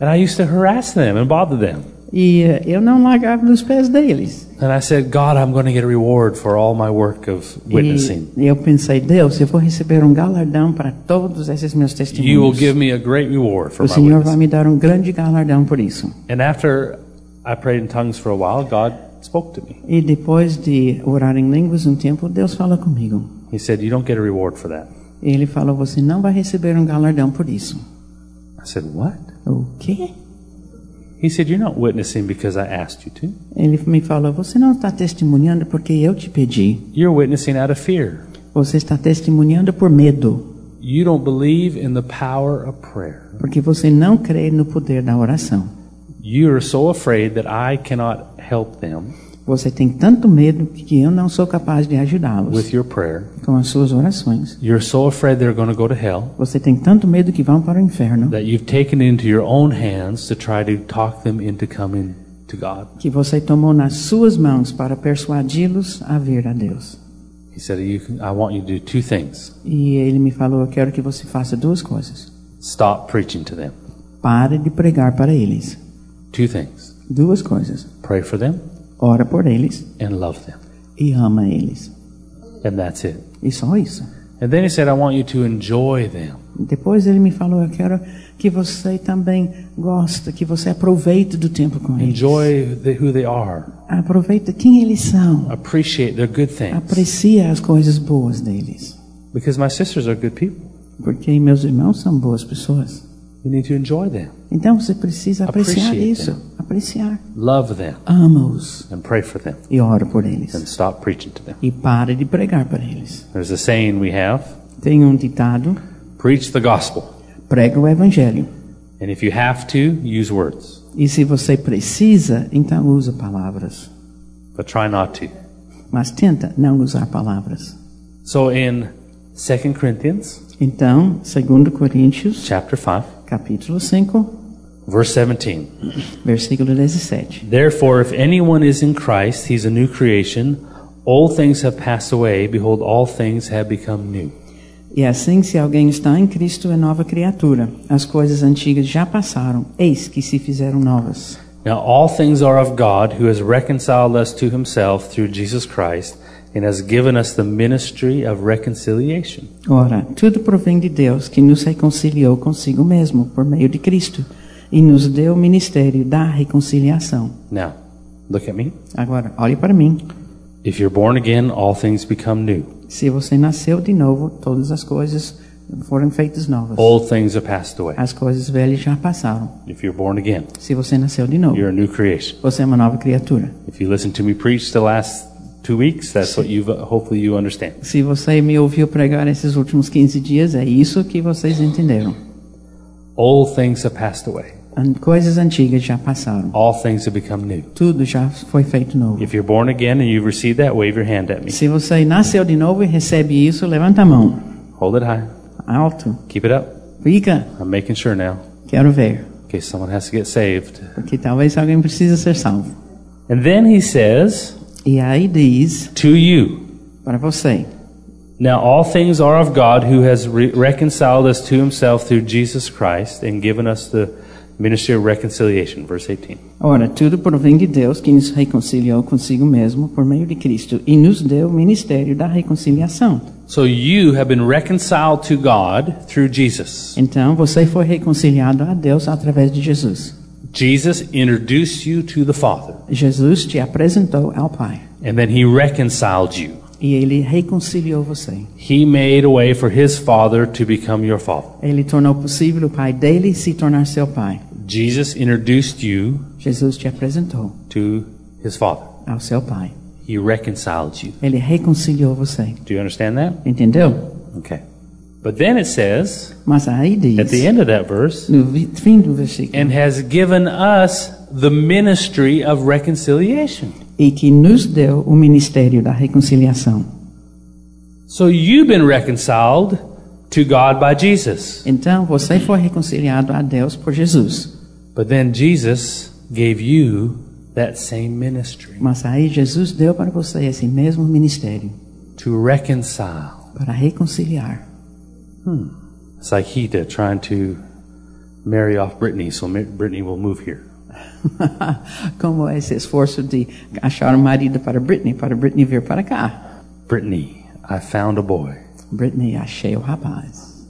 And I used to harass them and bother them. E eh, eu não largava dos pés deles. And I said, God, I'm going to get a reward for all my work of witnessing. E eu pensei, Deus, eu vou receber um galardão para todos esses meus You will testemunhos. give me a great reward for O my Senhor vai witness. me dar um grande galardão por isso. And after I prayed in tongues for a while, God spoke to me. E depois de orar em línguas um tempo, Deus fala comigo. He said, You don't get a reward for that. E Ele falou, você não vai receber um galardão por isso. I said, What? O quê? He said, You're not witnessing because I asked you to. Ele me falou, você não está testemunhando porque eu te pedi. You're witnessing out of fear. Você está testemunhando por medo, You don't believe in the power of prayer. porque você não crê no poder da oração. You are so afraid that I cannot help them Você tem tanto medo que eu não sou capaz de ajudá-los with your prayer. com as suas orações. You're so afraid they're going to go to hell Você tem tanto medo que vão para o inferno that you've taken it into your own hands to try to talk them into coming to God. que você tomou nas suas mãos para persuadi-los a vir a Deus. He said, you can, I want you to do two things E ele me falou: Eu quero que você faça duas coisas. stop preaching to them. Pare de pregar para eles. Two things Duas coisas. pray for them Ora por eles and love them. e ama eles. And that's it. E só isso. And then he said, I want you to enjoy them. Depois ele me falou: Eu quero que você também goste, que você aproveite do tempo com eles. Enjoy the, who they are, Aproveita quem eles são. appreciate their good things. Aprecia as coisas boas deles. Because my sisters are good people. Porque meus irmãos são boas pessoas. You need to enjoy them, Então você precisa apreciar Appreciate isso. them. Apreciar. love them, Ama-os and pray for them, e ora por and eles. stop preaching to them. E pare de pregar para eles. There's a saying we have Tem um ditado: preach the gospel. prega o evangelho. And if you have to, use words, E se você precisa, então usa palavras. but try not to. Mas tenta não usar palavras. So in 2 Corinthians Então, 2 Coríntios, chapter 5, capítulo 5, verse 17. Versículo 17. Therefore, if anyone is in Christ, he's a new creation. Old things have passed away. Behold, all things have become new. E assim, se alguém está em Cristo, é nova criatura. As coisas antigas já passaram, eis que se fizeram novas. Now, all things are of God, who has reconciled us to himself through Jesus Christ, and has given us the ministry of reconciliation. Ora, tudo provém de Deus, que nos reconciliou consigo mesmo por meio de Cristo e nos deu o ministério da reconciliação. Now, look at me. Agora, olhe para mim. If you're born again, all things become new. Se você nasceu de novo, todas as coisas foram feitas novas. Old things have passed away. As coisas velhas já passaram. If you're born again, Se você nasceu de novo, you're a new creation. você é uma nova criatura. If you listen to me preach the last two weeks, that's what you've hopefully you understand. Se você me ouviu pregar esses últimos 15 dias, é isso que vocês entenderam. Old things have passed away. An- Coisas antigas já passaram. All things have become new. Tudo já foi feito novo. If you're born again and you've received that, wave your hand at me. Se você nasceu de novo e recebe isso, levanta a mão. Hold it high. Alto. Keep it up. Fica. I'm making sure now, Quero ver. in case someone has to get saved. Porque talvez alguém precise ser salvo. And then he says, E aí diz To you. para você. Now all things are of God who has re- reconciled us to himself through Jesus Christ and given us the ministry of reconciliation. Verse 18. Ora, tudo provém de Deus que nos reconciliou consigo mesmo por meio de Cristo e nos deu o ministério da reconciliação. So you have been reconciled to God through Jesus. Então, você foi reconciliado a Deus através de Jesus. Jesus introduced you to the Father Jesus te apresentou ao Pai and then he reconciled you. e ele reconciliou você. He made a way for his Father to become your Father. Ele tornou possível o Pai dele se tornar seu Pai. Jesus introduced you Jesus te apresentou to his Father. ao seu Pai. He reconciled you. Ele reconciliou você. Do you understand that? Entendeu? Okay. But then it says Mas aí at the diz, end of that verse, no vi- fim do versículo, and has given us the ministry of reconciliation. e que nos deu o ministério da reconciliação. So you've been reconciled to God by Jesus. Então você foi reconciliado a Deus por Jesus. But then Jesus gave you that same ministry Mas aí Jesus deu para você esse mesmo ministério to reconcile. para reconciliar. <laughs> It's like Hita trying to marry off Brittany so Ma- Brittany will move here. Como esse esforço de achar um marido para Britney, para Britney vir para cá. Brittany, I found a boy. Britney, achei o rapaz.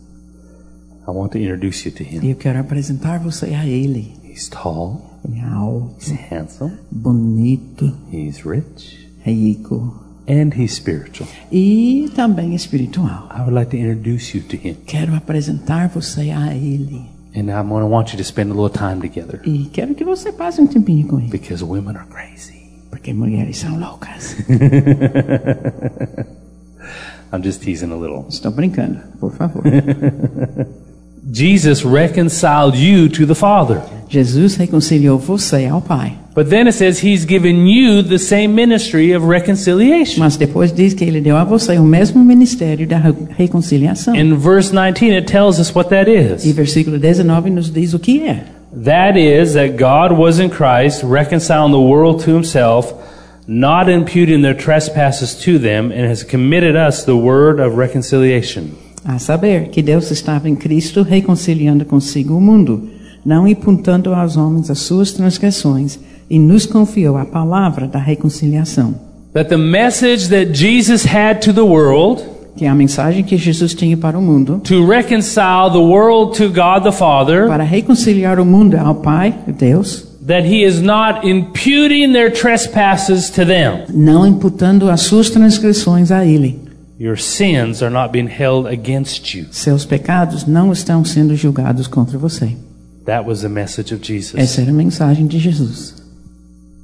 I want to introduce you to him. E eu quero apresentar você a ele. He's tall, Ele é alto, he's handsome, bonito, he's rich, rico and he's spiritual. e também espiritual. I would like to introduce you to him. Quero apresentar você a ele. And I'm going to want you to spend a little time together E quero que você passe um tempinho com ele. because women are crazy. Porque mulheres são loucas. I'm just teasing a little. <laughs> Estou brincando, por favor. Jesus reconciled you to the Father. <laughs> Jesus reconciliou você ao Pai. But then it says he's given you the same ministry of reconciliation. Mas depois diz que ele deu a você o mesmo ministério da re- reconciliação. In verse 19, it tells us what that E is. versículo 19 nos diz o que é. That is, that God was in Christ, reconciling the world to himself, not imputing their trespasses to them, and has committed us the word of reconciliation. A saber, que Deus estava em Cristo reconciliando consigo o mundo, não imputando aos homens as suas transgressões, e nos confiou a palavra da reconciliação. That the message that Jesus had to the world Que é a mensagem que Jesus tinha para o mundo, to reconcile the world to God the Father, para reconciliar o mundo ao Pai, Deus, that he is not imputing their trespasses to them. não imputando as suas transgressões a Ele. Your sins are not being held against you. Seus pecados não estão sendo julgados contra você. That was the message of Jesus. Essa era a mensagem de Jesus.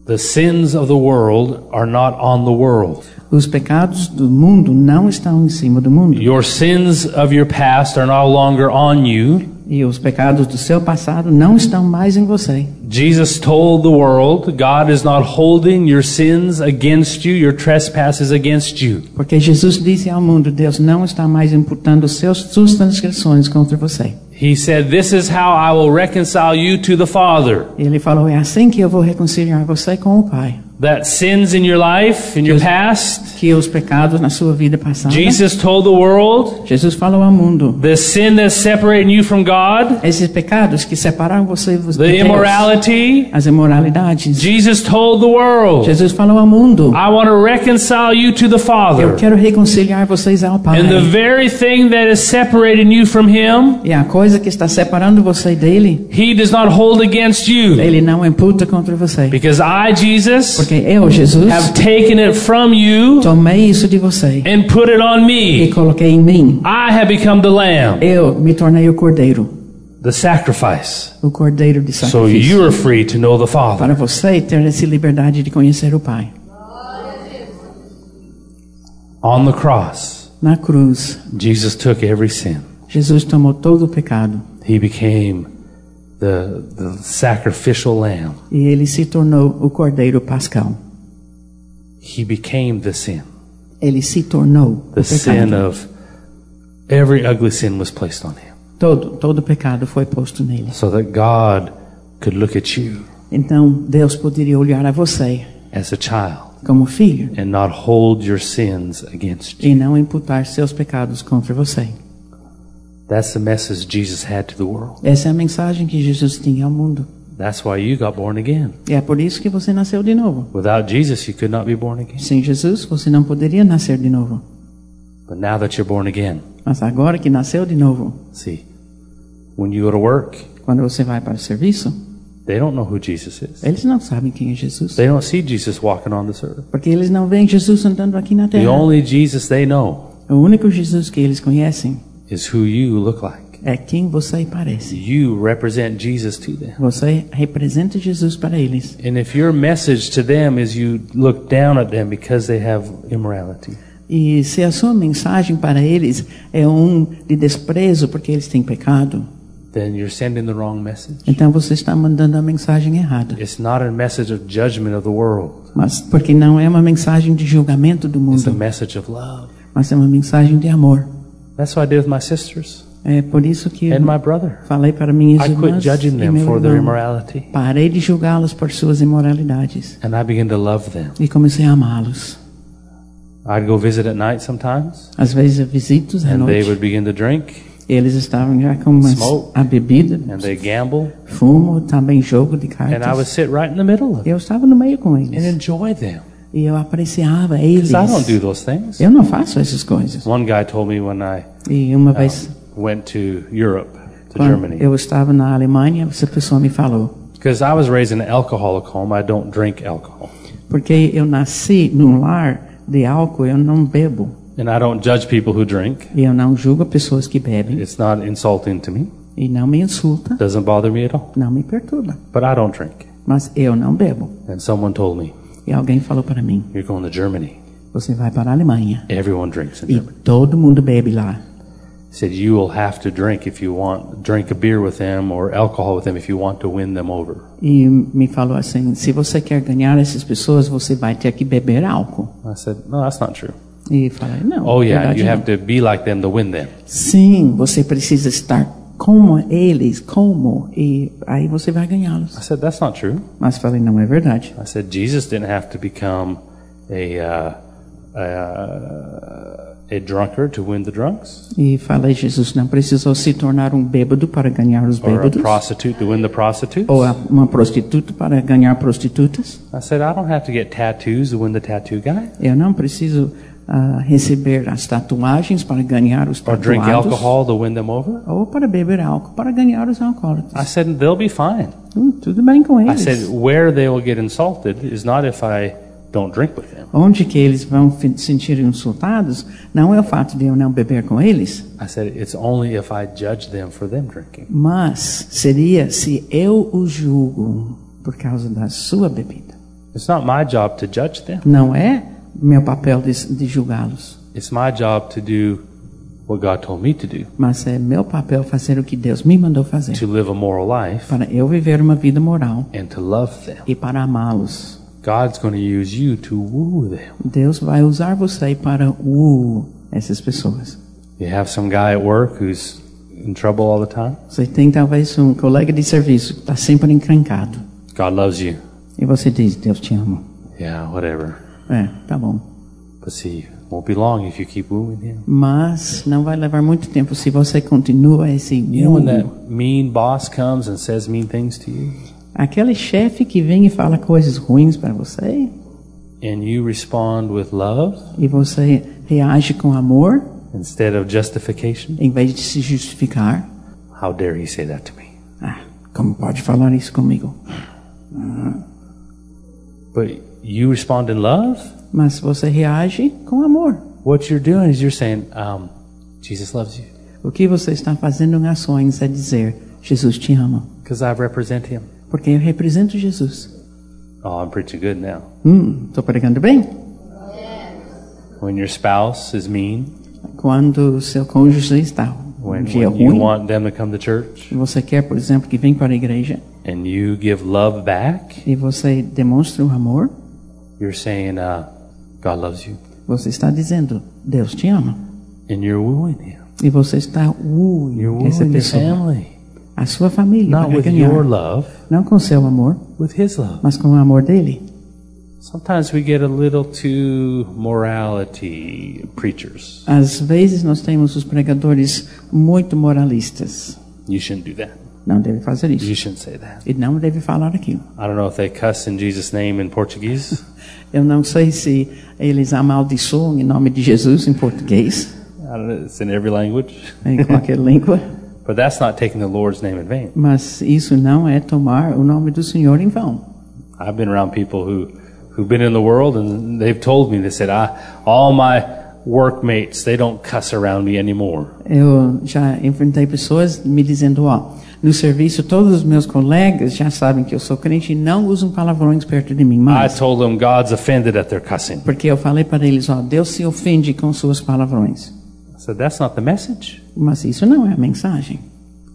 The sins of the world are not on the world. Os pecados do mundo não estão em cima do mundo. Your sins of your past are no longer on you. E os pecados do seu passado não estão mais em você. Jesus told the world, God is not holding your sins against you, your trespasses against you. Porque Jesus disse ao mundo: Deus não está mais imputando seus, suas transgressões contra você. He said, This is how I will reconcile you to the Father. Ele falou: É assim que eu vou reconciliar você com o Pai. That sins in your life, in your past. Que os pecados na sua vida passada. Jesus told the world, Jesus falou ao mundo: The sin that's separating you from God, Esses pecados que separaram você dos the immorality. as imoralidades. Jesus told the world, Jesus falou ao mundo: I want to reconcile you to the Eu Father. quero reconciliar vocês ao Pai. And the very thing that is separating you from Him, E a coisa que está separando você dele, He does not hold against you. ele não imputa contra você. Because I, Jesus, Jesus Porque eu, Jesus, have taken it from you tomei isso de você and put it on e me. coloquei em mim. I have become the lamb, Eu me tornei o cordeiro, the sacrifice. o cordeiro de So sacrifício. you are free to know the Father. Para você ter essa liberdade de conhecer o Pai. On the cross, Na cruz, Jesus took every sin. Jesus tomou todo o pecado He became the, the sacrificial lamb. e ele se tornou o cordeiro pascal. He became the sin. Ele se tornou o The sin pecado. of every ugly sin was placed on him. Todo, todo o pecado foi posto nele. So that God could look at you Então, Deus poderia olhar a você as a child como filho and not hold your sins against you. e não imputar seus pecados contra você. That's the message Jesus had to the world. Essa é a mensagem que Jesus tinha ao mundo. That's why you got born again. E é por isso que você nasceu de novo. Without Jesus, you could not be born again. Sem Jesus, você não poderia nascer de novo. But now that you're born again, Mas agora que nasceu de novo, see, when you go to work, quando você vai para o serviço, they don't know who Jesus is. eles não sabem quem é Jesus. They don't see Jesus walking on this earth. Porque eles não veem Jesus andando aqui na The terra. only Jesus they know O único Jesus que eles conhecem is who you look like. é quem você parece. You represent Jesus to them. Você representa Jesus para eles. And if your message to them is you look down at them because they have immorality, E se a sua mensagem para eles é um de desprezo porque eles têm pecado, then you're sending the wrong message. então você está mandando a mensagem errada. It's not a message of judgment of the world. Mas porque não é uma mensagem de julgamento do It's a mundo, message of love. mas é uma mensagem de amor. That's what I did with my sisters É por isso que and my brother. falei para minhas I quit irmãs e judging meu them for their irmão, immorality. parei de julgá-los por suas imoralidades And I began to love them. e comecei a amá-los. I'd go visit at night sometimes, Às vezes eu visito à and they noite, would begin to drink, eles estavam já com umas- Smoke. a bebida, and they gamble, fumo, também jogo de and I would cartas. sit right in the middle of it Eu estava no meio com and eles enjoy them. e eu apreciava eles. Because I don't do those things. Eu não faço essas coisas. One guy told me when I E uma uh, vez, went to Europe, to quando Germany, eu estava na Alemanha, essa pessoa me falou. Because I was raised in an alcoholic home, I don't drink alcohol. Porque eu nasci num lar de álcool, eu não bebo. And I don't judge people who drink. E eu não julgo pessoas que bebem. It's not insulting to me. E não me insulta, Doesn't bother me at all. não me perturba. But I don't drink. Mas eu não bebo. And someone told me, E alguém falou para mim: You're going to Germany. você vai para a Alemanha. Everyone drinks in E Germany. todo mundo bebe lá. He said, You will have to drink if you want drink a beer with them or alcohol with them if you want to win them over. E me falou assim: se você quer ganhar essas pessoas, você vai ter que beber álcool. I said, No, that's not true. E falei: não. Oh yeah, verdade you não. have to be like them to win them. Sim, você precisa estar como eles, como, e aí você vai ganhá-los. I said, That's not true. Mas falei: não é verdade. I said, Jesus didn't have to become a uh, a, a drunkard to win the drunks. E falei: Jesus não precisou se tornar um bêbado para ganhar os or a bêbados. prostitute to win the prostitutes. ou a- uma prostituta para ganhar prostitutas. I said, I don't have to get tattoos to win the tattoo guy Eu não preciso ah, receber as tatuagens para ganhar os or drink tatuados. alcohol to win them over. Ou para beber álcool para ganhar os alcoólicos. I said, they'll be fine. Hum, tudo bem com I eles. said, where they will get insulted is not if I don't drink with them. Onde que eles vão se sentir insultados não é o fato de eu não beber com eles, I said, it's only if I judge them for them drinking. mas seria se eu os julgo por causa da sua bebida. It's not my job to judge them. Não é meu papel de, de julgá-los, It's my job to do what God told me to do, mas é meu papel fazer o que Deus me mandou fazer. to live a moral life Para eu viver uma vida moral and to love them. e para amá-los. God's going to use you to woo them. Deus vai usar você para uh, essas pessoas. You have some guy at work who's in trouble all the time. Você tem talvez um colega de serviço que está sempre encrancado. God loves you. E você diz, Deus te ama. Yeah, whatever. É, tá bom. But see, won't be long if you keep wooing him. Mas não vai levar muito tempo se você continua esse You know when uh. that mean boss comes and says mean things to you, Aquele chefe que vem e fala coisas ruins para você and you respond with love e você reage com amor instead of justification? em vez de se justificar. How dare he say that to me? Ah, como pode falar isso comigo? But you respond in love. Mas você reage com amor. What you're doing is you're saying, um, Jesus loves you O que você está fazendo em ações é dizer: Jesus te ama. because I represent him. Porque eu represento Jesus. Oh, I'm preaching good now. Hum, estou pregando bem? When your spouse is mean, Quando o seu cônjuge está um when, dia when you ruim, want them to come to church você quer, por exemplo, que venha para a igreja and you give love back, e você demonstra o amor, you're saying, uh, God loves you você está dizendo: Deus te ama. and you're wooing him. E você está You're ui, essa wooing the pessoa, family. a sua família, Not para with ganhar. your love, não com seu amor, with his love. mas com o amor dele. Sometimes we get a little too morality preachers. Às vezes nós temos os pregadores muito moralistas. You shouldn't do that. Não deve fazer isso. You shouldn't say that. E não deve falar aquilo. I don't know if they cuss in Jesus' name in Portuguese. Eu não sei se eles amaldiçoam em nome de Jesus em português, <laughs> I don't know, it's in every language. <laughs> em qualquer língua, But that's not taking the Lord's name in vain. mas isso não é tomar o nome do Senhor em vão. I've been around people who, who've been in the world and they've told me, they said, I, all my workmates, they don't cuss around me anymore. Eu já enfrentei pessoas me dizendo, ó, no serviço todos os meus colegas já sabem que eu sou crente e não usam palavrões perto de mim I mais. told them God's offended at their cussing. Porque eu falei para eles, ó, Deus se ofende com suas palavrões. I said, that's not the message. Mas isso não é a mensagem.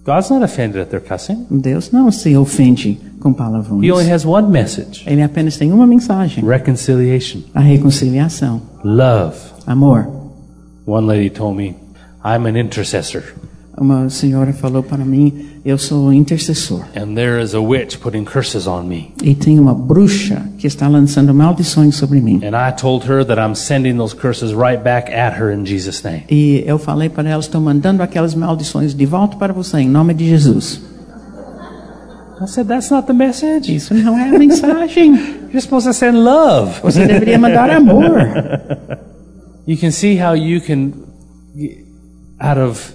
God's not offended at their cussing. Deus não se ofende com palavrões. He only has one message. Ele apenas tem uma mensagem: Reconciliation. a reconciliação, Love. amor. One lady told me, I'm an intercessor. Uma senhora falou para mim: eu sou intercessor And there is a witch putting curses on me. e tem uma bruxa que está lançando maldições sobre mim. And I told her that I'm sending those curses right back at her in Jesus' name. E eu falei para ela: estou mandando aquelas maldições de volta para você em nome de Jesus. I said, that's not the message. Isso não é a mensagem. You're supposed to send love. Você deveria mandar amor. You can see how you can, out of,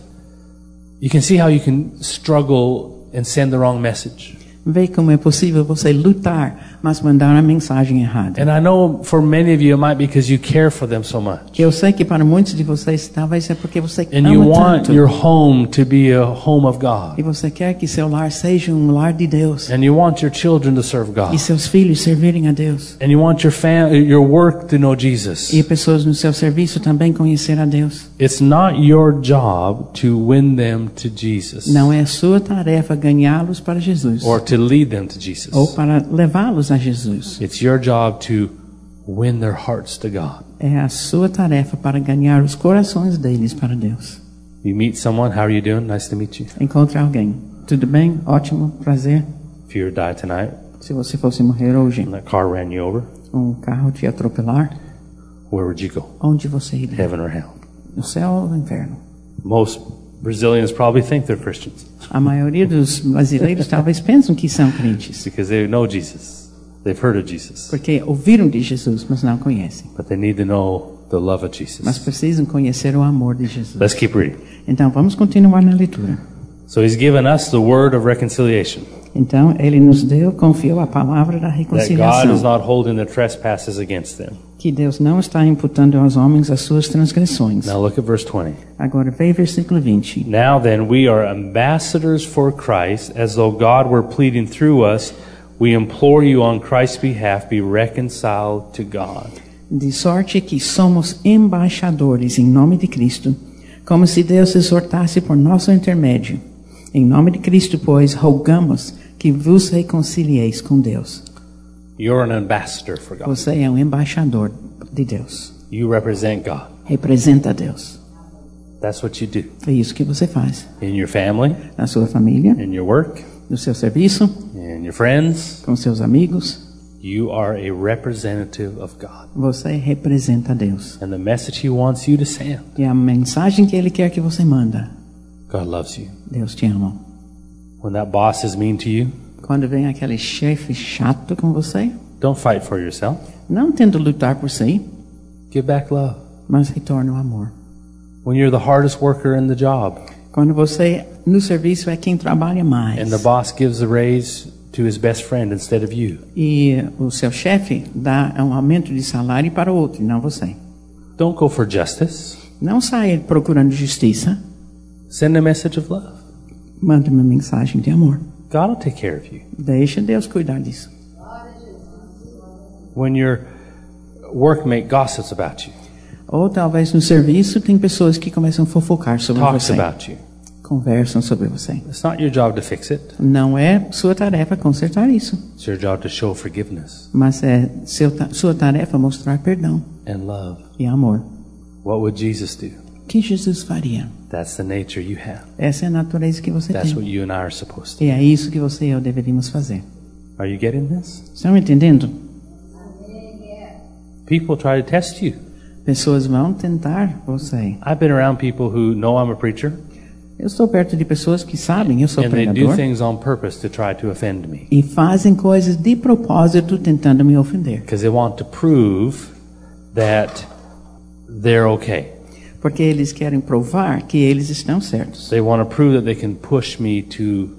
you can see how you can struggle and send the wrong message. Vê como é possível você lutar, mas mandar a mensagem errada. And I know for many of you it might be because you care for them so much. Eu sei que para muitos de vocês talvez é porque você And you ama want tanto. your home to be a home of E God. você quer que seu lar seja um lar de Deus. And you want your children to serve God. E seus filhos servirem a Deus. And you want your fam- your work to know Jesus. E pessoas no seu serviço também conhecer a Deus. It's not your job to win them to Jesus. Não é sua tarefa ganhá-los para Jesus. Or to lead them to Jesus. Ou para levá-los a Jesus. It's your job to win their hearts to God. É a sua tarefa para ganhar os corações deles para Deus. You meet someone, how are you doing? Nice to meet you. Encontre alguém. Tudo bem? Ótimo. Prazer. If you were to die tonight Se você fosse morrer hoje, and that car ran you over, um carro te atropelar, where would you go? onde você iria? Heaven or hell? No céu ou no inferno? Most Brazilians probably think they're Christians A maioria dos brasileiros talvez pensam que são crentes, because they know Jesus. They've heard of Jesus, porque ouviram de Jesus, mas não conhecem. but they need to know the love of Mas Jesus. precisam conhecer o amor de Jesus. Let's keep reading. Então vamos continuar na leitura. So he's given us the word of reconciliation. Então ele nos deu, confiou a palavra da That God is reconciliação, not holding their trespasses against them. que Deus não está imputando aos homens as suas transgressões. Now look at verse 20. Agora vem versículo 20. Now then, we are ambassadors for Christ, as though God were pleading through us. We implore you on Christ's behalf, be reconciled to God. De sorte que somos embaixadores em nome de Cristo, como se Deus exortasse por nosso intermédio. Em nome de Cristo, pois, rogamos que vos reconcilieis com Deus. You're an ambassador for God. Você é um embaixador de Deus. You represent God. Representa Deus. That's what you do É isso que você faz. in your family, Na sua família, in your work, no seu serviço, in your friends. com seus amigos, You are a representative of God. você representa Deus. And the message He wants you to send E a mensagem que Ele quer que você manda, God loves you. Deus te ama. When that boss is mean to you, Quando vem aquele chefe chato com você, don't fight for yourself. não tenta lutar por si, Give back love. mas retorna o amor. When you're the hardest worker in the job Quando você no serviço é quem trabalha mais and the boss gives a raise to his best friend instead of you. E o seu chefe dá um aumento de salário para o outro, e não você. Don't go for justice. Não saia procurando justiça. Send a message of love. Manda uma mensagem de amor. God will take care of you. Deixa Deus cuidar disso. When your workmate gossips about you, Ou talvez no serviço tem pessoas que começam a fofocar sobre talks você. about you, Conversam sobre você. it's not your job to fix it. Não é sua tarefa consertar isso, It's your job to show forgiveness mas é seu ta- sua tarefa mostrar perdão and love. e amor. What would Jesus do? O que Jesus faria? That's the nature you have. Essa é a natureza que você That's tem. what you and I are supposed to. E é isso que você e eu deveríamos fazer. Are you getting this? Estão entendendo? People try to test you. Pessoas vão tentar você. I've been around people who know I'm a preacher Eu estou perto de pessoas que sabem, eu sou and they do pregador, things on purpose to try to offend me e fazem coisas de propósito tentando me ofender, because they want to prove that they're okay. porque eles querem provar que eles estão certos. They want to prove that they can push me to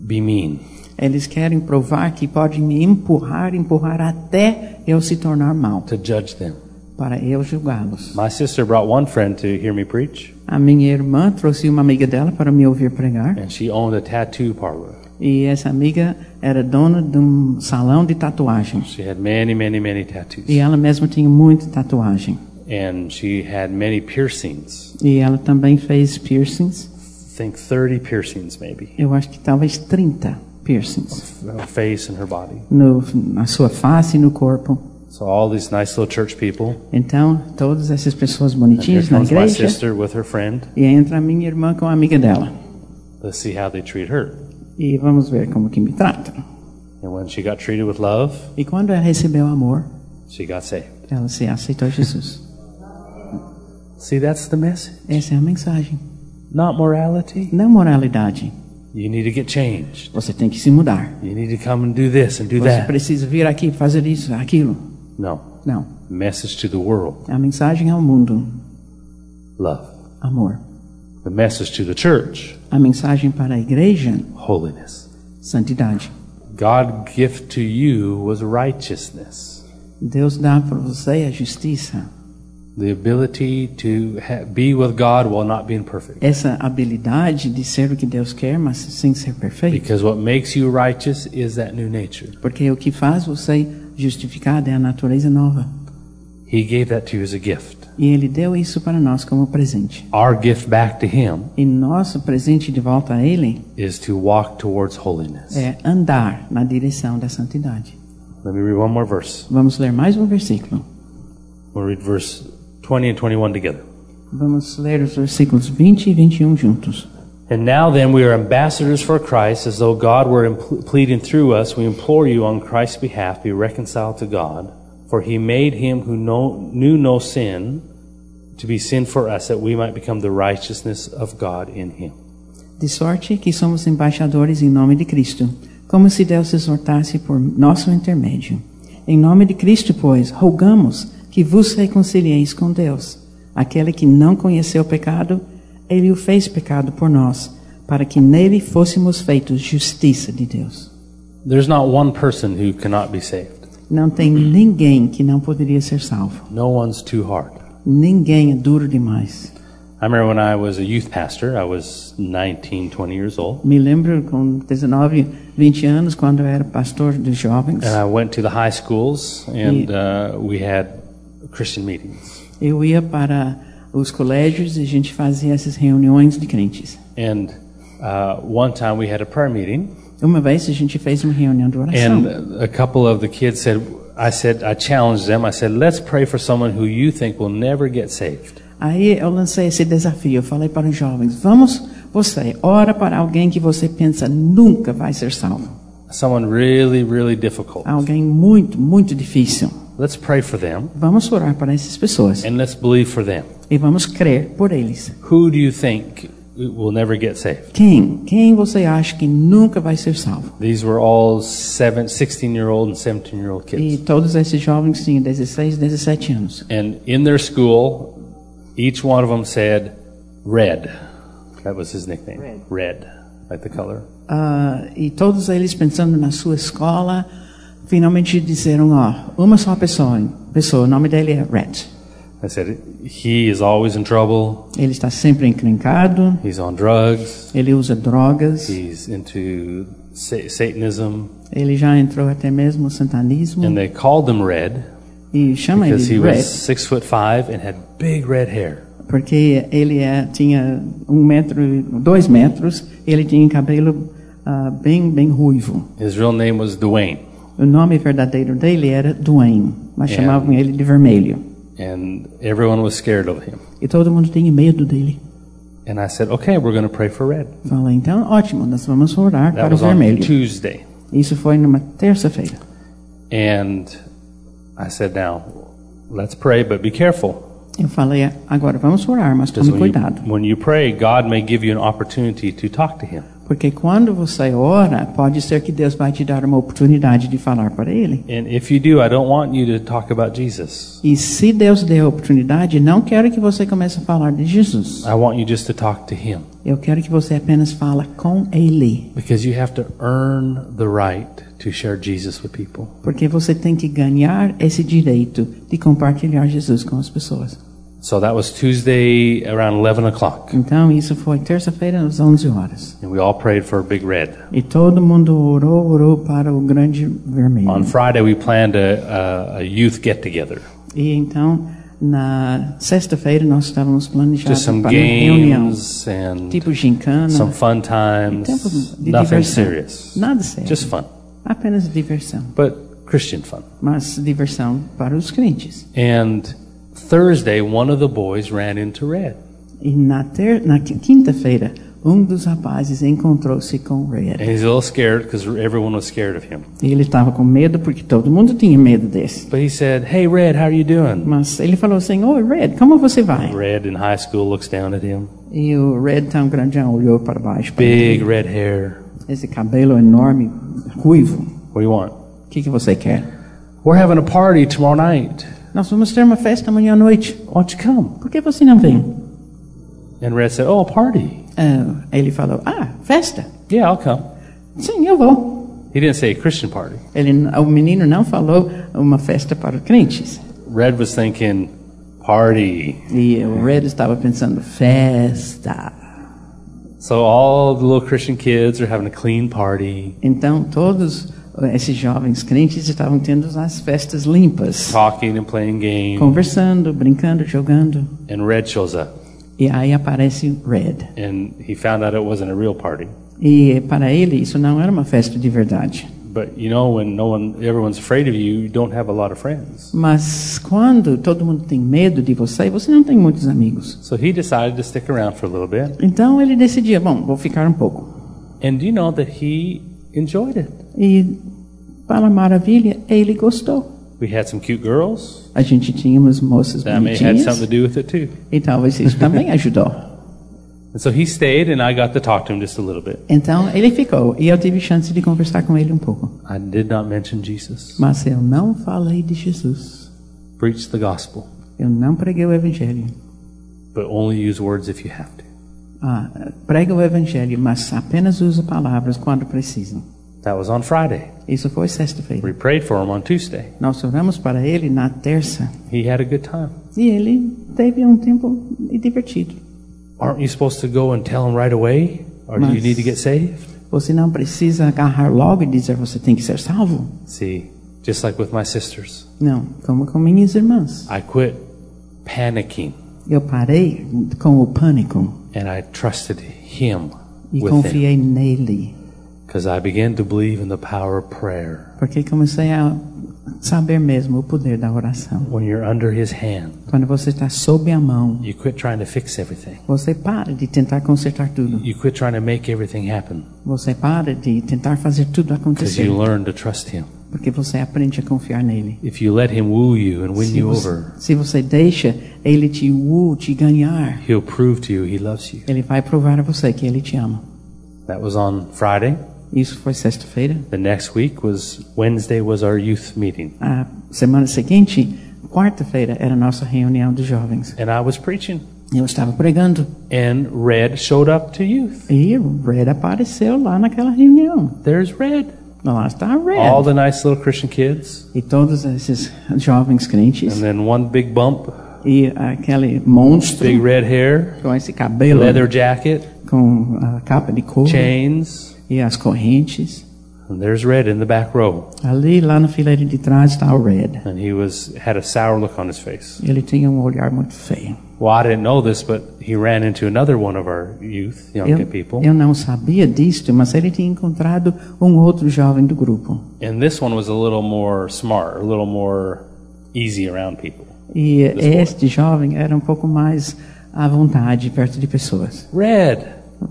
be mean. Eles querem provar que podem me empurrar, empurrar até eu se tornar mal, to judge them. para eu julgá-los. My sister brought one friend to hear me preach, A minha irmã trouxe uma amiga dela para me ouvir pregar, and she owned a tattoo parlor. e essa amiga era dona de um salão de tatuagens. She had many, many, many E tattoos, ela mesma tinha muita tatuagem. and she had many piercings. E ela também fez piercings, Think 30 piercings, maybe, eu acho que talvez 30 piercings, her face and her body. no, na sua face e no corpo. So all these nice little church people. Então, todas essas pessoas And here bonitinhas na comes my igreja, sister with her friend. e entra a minha irmã com a amiga dela. Let's see how they treat her. E vamos ver como que me tratam. And when she got treated with love, E quando ela recebeu amor, she got saved. ela se aceitou Jesus. See, that's the message. Essa é a mensagem. Not morality. Não moralidade. You need to get changed. Você tem que se mudar. You need to come and do this and do Você that. precisa vir aqui fazer isso, aquilo. No. Não. Message to the world. A mensagem ao mundo, Love. amor. The message to the church, A mensagem para a igreja, holiness. santidade. God's gift to you was righteousness, Deus dá para você a justiça. the ability to ha- be with God while not being perfect. Essa habilidade de ser o que Deus quer, mas sem ser perfeito. Because what makes you righteous is that new nature. Porque o que faz você justificado é a natureza nova. He gave that to you as a gift. E Ele deu isso para nós como presente. Our gift back to Him E nosso presente de volta a Ele is to walk towards holiness. é andar na direção da santidade. Let me read one more verse. Vamos ler mais um versículo. We'll read verse 20 and 21 together. Vamos ler os versículos 20 e 21 juntos. And now then, we are ambassadors for Christ, as though God were impl- pleading through us. We implore you on Christ's behalf, be reconciled to God. For he made him who no, knew no sin to be sin for us, that we might become the righteousness of God in him. De sorte que somos embaixadores em nome de Cristo, como se Deus exortasse por nosso intermédio. Em nome de Cristo, pois, rogamos que vos reconcilieis com Deus. Aquele que não conheceu o pecado, ele o fez pecado por nós, para que nele fôssemos feitos justiça de Deus. There's not one person who cannot be saved. Não tem ninguém que não poderia ser salvo. No one's too hard. Ninguém é duro demais. I remember when I was a youth pastor, I was 19, 20 years old, Me lembro com 19, 20 anos, quando eu era pastor de jovens, and I went to the high schools, and uh, we had Christian meetings. eu ia para os colégios e a gente fazia essas reuniões de crentes. And uh, one time we had a prayer meeting, Uma vez a gente fez uma reunião de oração. and uh, a couple of the kids said, I said, I challenged them. I said, let's pray for someone who you think will never get saved. Aí eu lancei esse desafio, eu falei para os jovens, vamos, você, ora para alguém que você pensa nunca vai ser salvo. Someone really, really difficult. Alguém muito, muito difícil. Let's pray for them Vamos orar para essas pessoas and let's believe for them. e vamos crer por eles. Who do you think will never get saved? Quem? Quem você acha que nunca vai ser salvo? These were all seven, 16 year old and 17 year old E kids. todos esses jovens tinham 16, 17 anos. And in their school, each one of them said, Red. That was his nickname. Red. Like the color. ah, e todos eles pensando na sua escola, finalmente disseram, ó, uma só pessoa, pessoa, o nome dele é Rat. I said, he is always in trouble. Ele está sempre encrencado, He's on drugs. ele usa drogas, He's into sa- Satanism. ele já entrou até mesmo no santanismo And they called him Red e chama ele because he de was Rat six foot five and had big red hair. porque ele é, tinha um metro, e- dois metros, e ele tinha cabelo ah, bem, bem ruivo. His real name was Dwayne. O nome verdadeiro dele era Duane, É. mas chamavam ele de Vermelho. And everyone was scared of him. E todo mundo tinha medo dele. And I said, okay, we're going to pray for Red. Falei, então, ótimo, nós vamos orar That para o was on Vermelho. Tuesday. Isso foi numa terça-feira. And I said, now, let's pray, but be careful. Eu falei, agora vamos orar, mas Because tome when you, cuidado. when you pray, God may give you an opportunity to talk to him. Porque quando você ora, pode ser que Deus vai te dar uma oportunidade de falar para Ele. And if you do, I don't want you to talk about Jesus. E se Deus der a oportunidade, não quero que você comece a falar de Jesus. I want you just to talk to him. Eu quero que você apenas fala com Ele. Because you have to earn the right to share Jesus with people. Porque você tem que ganhar esse direito de compartilhar Jesus com as pessoas. So that was Tuesday around 11 o'clock. Então, isso foi terça-feira, às 11 horas. And we all prayed for Big Red. E todo mundo orou, orou para o grande vermelho. On Friday, we planned a, a, a youth get together. E então, na sexta-feira, nós estávamos planejando Just some para uma reunião. games and Tipo gincana, some fun tempo times. de Nothing diversão. serious. Nada sério, Just fun. apenas diversão. But Christian fun. Mas diversão para os crentes. And Thursday, one of the boys ran into Red. E na, ter... na qui- quinta-feira, um dos rapazes encontrou-se com o Red. And he's a little scared because everyone was scared of him. E ele estava com medo, porque todo mundo tinha medo desse. But he said, Hey, Red, how are you doing? Mas ele falou assim, Oi, Red, como você vai? Red in high school looks down at him. E o Red, tão grandão, olhou para baixo. para Big red hair. Esse cabelo enorme, ruivo. What do you want? O que, que você quer? We're having a party tomorrow night. Nós vamos ter uma festa amanhã à noite. Why don't you come? Por que você não vem? And Red said, Oh, a party. Ah, ele falou, ah, festa? Yeah, I'll come. Sim, eu vou. He didn't say a Christian party. Ele, o menino não falou uma festa para crentes. Red was thinking, party. E o Red estava pensando, festa. So all the little Christian kids are having a clean party, Então todos esses jovens crentes estavam tendo as festas limpas. talking and playing games. Conversando, brincando, jogando. And Red shows up. E aí aparece o Red. And he found out it wasn't a real party. E para ele isso não era uma festa de verdade. But you know, when no one, everyone's afraid of you, you don't have a lot of friends. Mas quando todo mundo tem medo de você, você não tem muitos amigos. So he decided to stick around for a little bit. Então ele decidia, bom, vou ficar um pouco. And do you know that he enjoyed it? E para maravilha, ele gostou. We had some cute girls. A gente tínhamos moças That may had something bonitinhas to do with it too. e talvez isso também ajudou. And so he stayed, and I got to talk to him just a little bit. Então ele ficou e eu tive chance de conversar com ele um pouco. I did not mention Jesus. Mas eu não falei de Jesus. Preach the gospel, Eu não preguei o evangelho. but only use words if you have to. Ah, prega o evangelho, mas apenas usa palavras quando precisam. That was on Friday. Isso foi sexta-feira. We prayed for him on Tuesday. Nós oramos para ele na terça. He had a good time. E ele teve um tempo divertido. Aren't you supposed to go and tell him right away? Or do you Mas- need to get saved? Você não precisa agarrar logo e dizer você tem que ser salvo. See, just like with my sisters, Não, como com minhas irmãs. I quit panicking Eu parei com o pânico and I trusted him e with them confiei nele. because I began to believe in the power of prayer. Porque comecei a saber mesmo o poder da oração. When you're under his hand, Quando você está sob a mão, you quit trying to fix everything. você para de tentar consertar tudo. You quit trying to make everything happen Você para de tentar fazer tudo because acontecer. you learn to trust Him. Porque você aprende a confiar nele. If you let Him woo you and win Se you você, over, se você deixa ele te, uh, te ganhar, He'll prove to you He loves you. ele vai provar a você que ele te ama. That was on Friday. Isso foi sexta-feira. The next week was Wednesday was our youth meeting, A semana seguinte, quarta-feira, era a nossa reunião dos jovens. and I was preaching. Eu estava pregando and Red showed up to youth. e o Red apareceu lá naquela reunião. There's Red. Lá está o Red. All the nice little Christian kids, E todos esses jovens and crentes then one big bump, e aquele monstro big red hair, com esse cabelo, leather jacket, com a capa de couro chains, e as correntes. and there's Red in the back row. Ali, lá na fileira de trás, está o Red. And he was had a sour look on his face. Ele tinha um olhar muito feio. Well, I didn't know this, but he ran into another one of our youth, young Eu, people, eu não sabia disto, mas ele tinha encontrado um outro jovem do grupo. and this one was a little more smart, a little more easy around people. E This boy. este jovem era um pouco mais à vontade perto de pessoas. Red,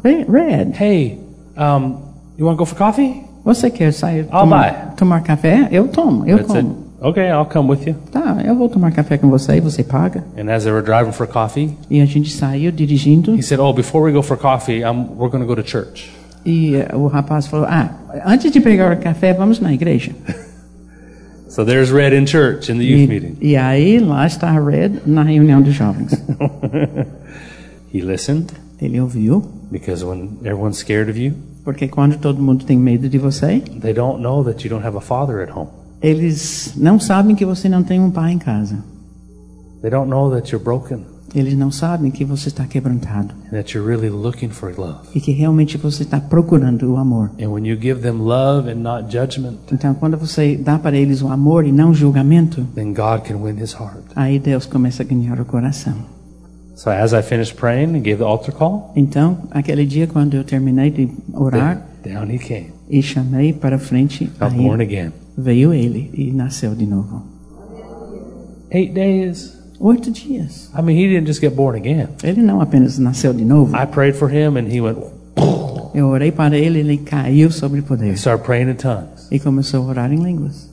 Re- Red, hey, um, you want to go for coffee? você quer sair Ah, tomar, vai. tomar café? Eu tomo, eu That's como. it. Okay, I'll come with you. Tá, eu vou tomar café com você e você paga. And as they were driving for coffee, E a gente saiu dirigindo He said, "Oh, before we go for coffee, um, we're going to go to church." e eh, o rapaz falou: Ah, antes de pegar o café, vamos na igreja. So there's Red in church in the youth E, meeting. e aí lá está a Red na reunião dos jovens. <laughs> he listened Ele ouviu, because when everyone's scared of you, porque quando todo mundo tem medo de você, they don't know that you don't have a father at home. eles não sabem que você não tem um pai em casa. They don't know that you're broken Eles não sabem que você está quebrantado and that you're really looking for love. e que realmente você está procurando o amor. And when you give them love and not judgment, Então, quando você dá para eles o amor e não o julgamento, then God can win his heart. aí Deus começa a ganhar o coração. So as I finished praying and gave the altar call, Então, aquele dia quando eu terminei de orar then down he came, e chamei para frente, got aí born again. veio ele e nasceu de novo. Eight days. Oito dias. I mean, he didn't just get born again. Ele não apenas nasceu de novo. I prayed for him, and he went. Eu orei para ele, ele caiu sobre o He poder started praying in tongues. e começou a orar em línguas.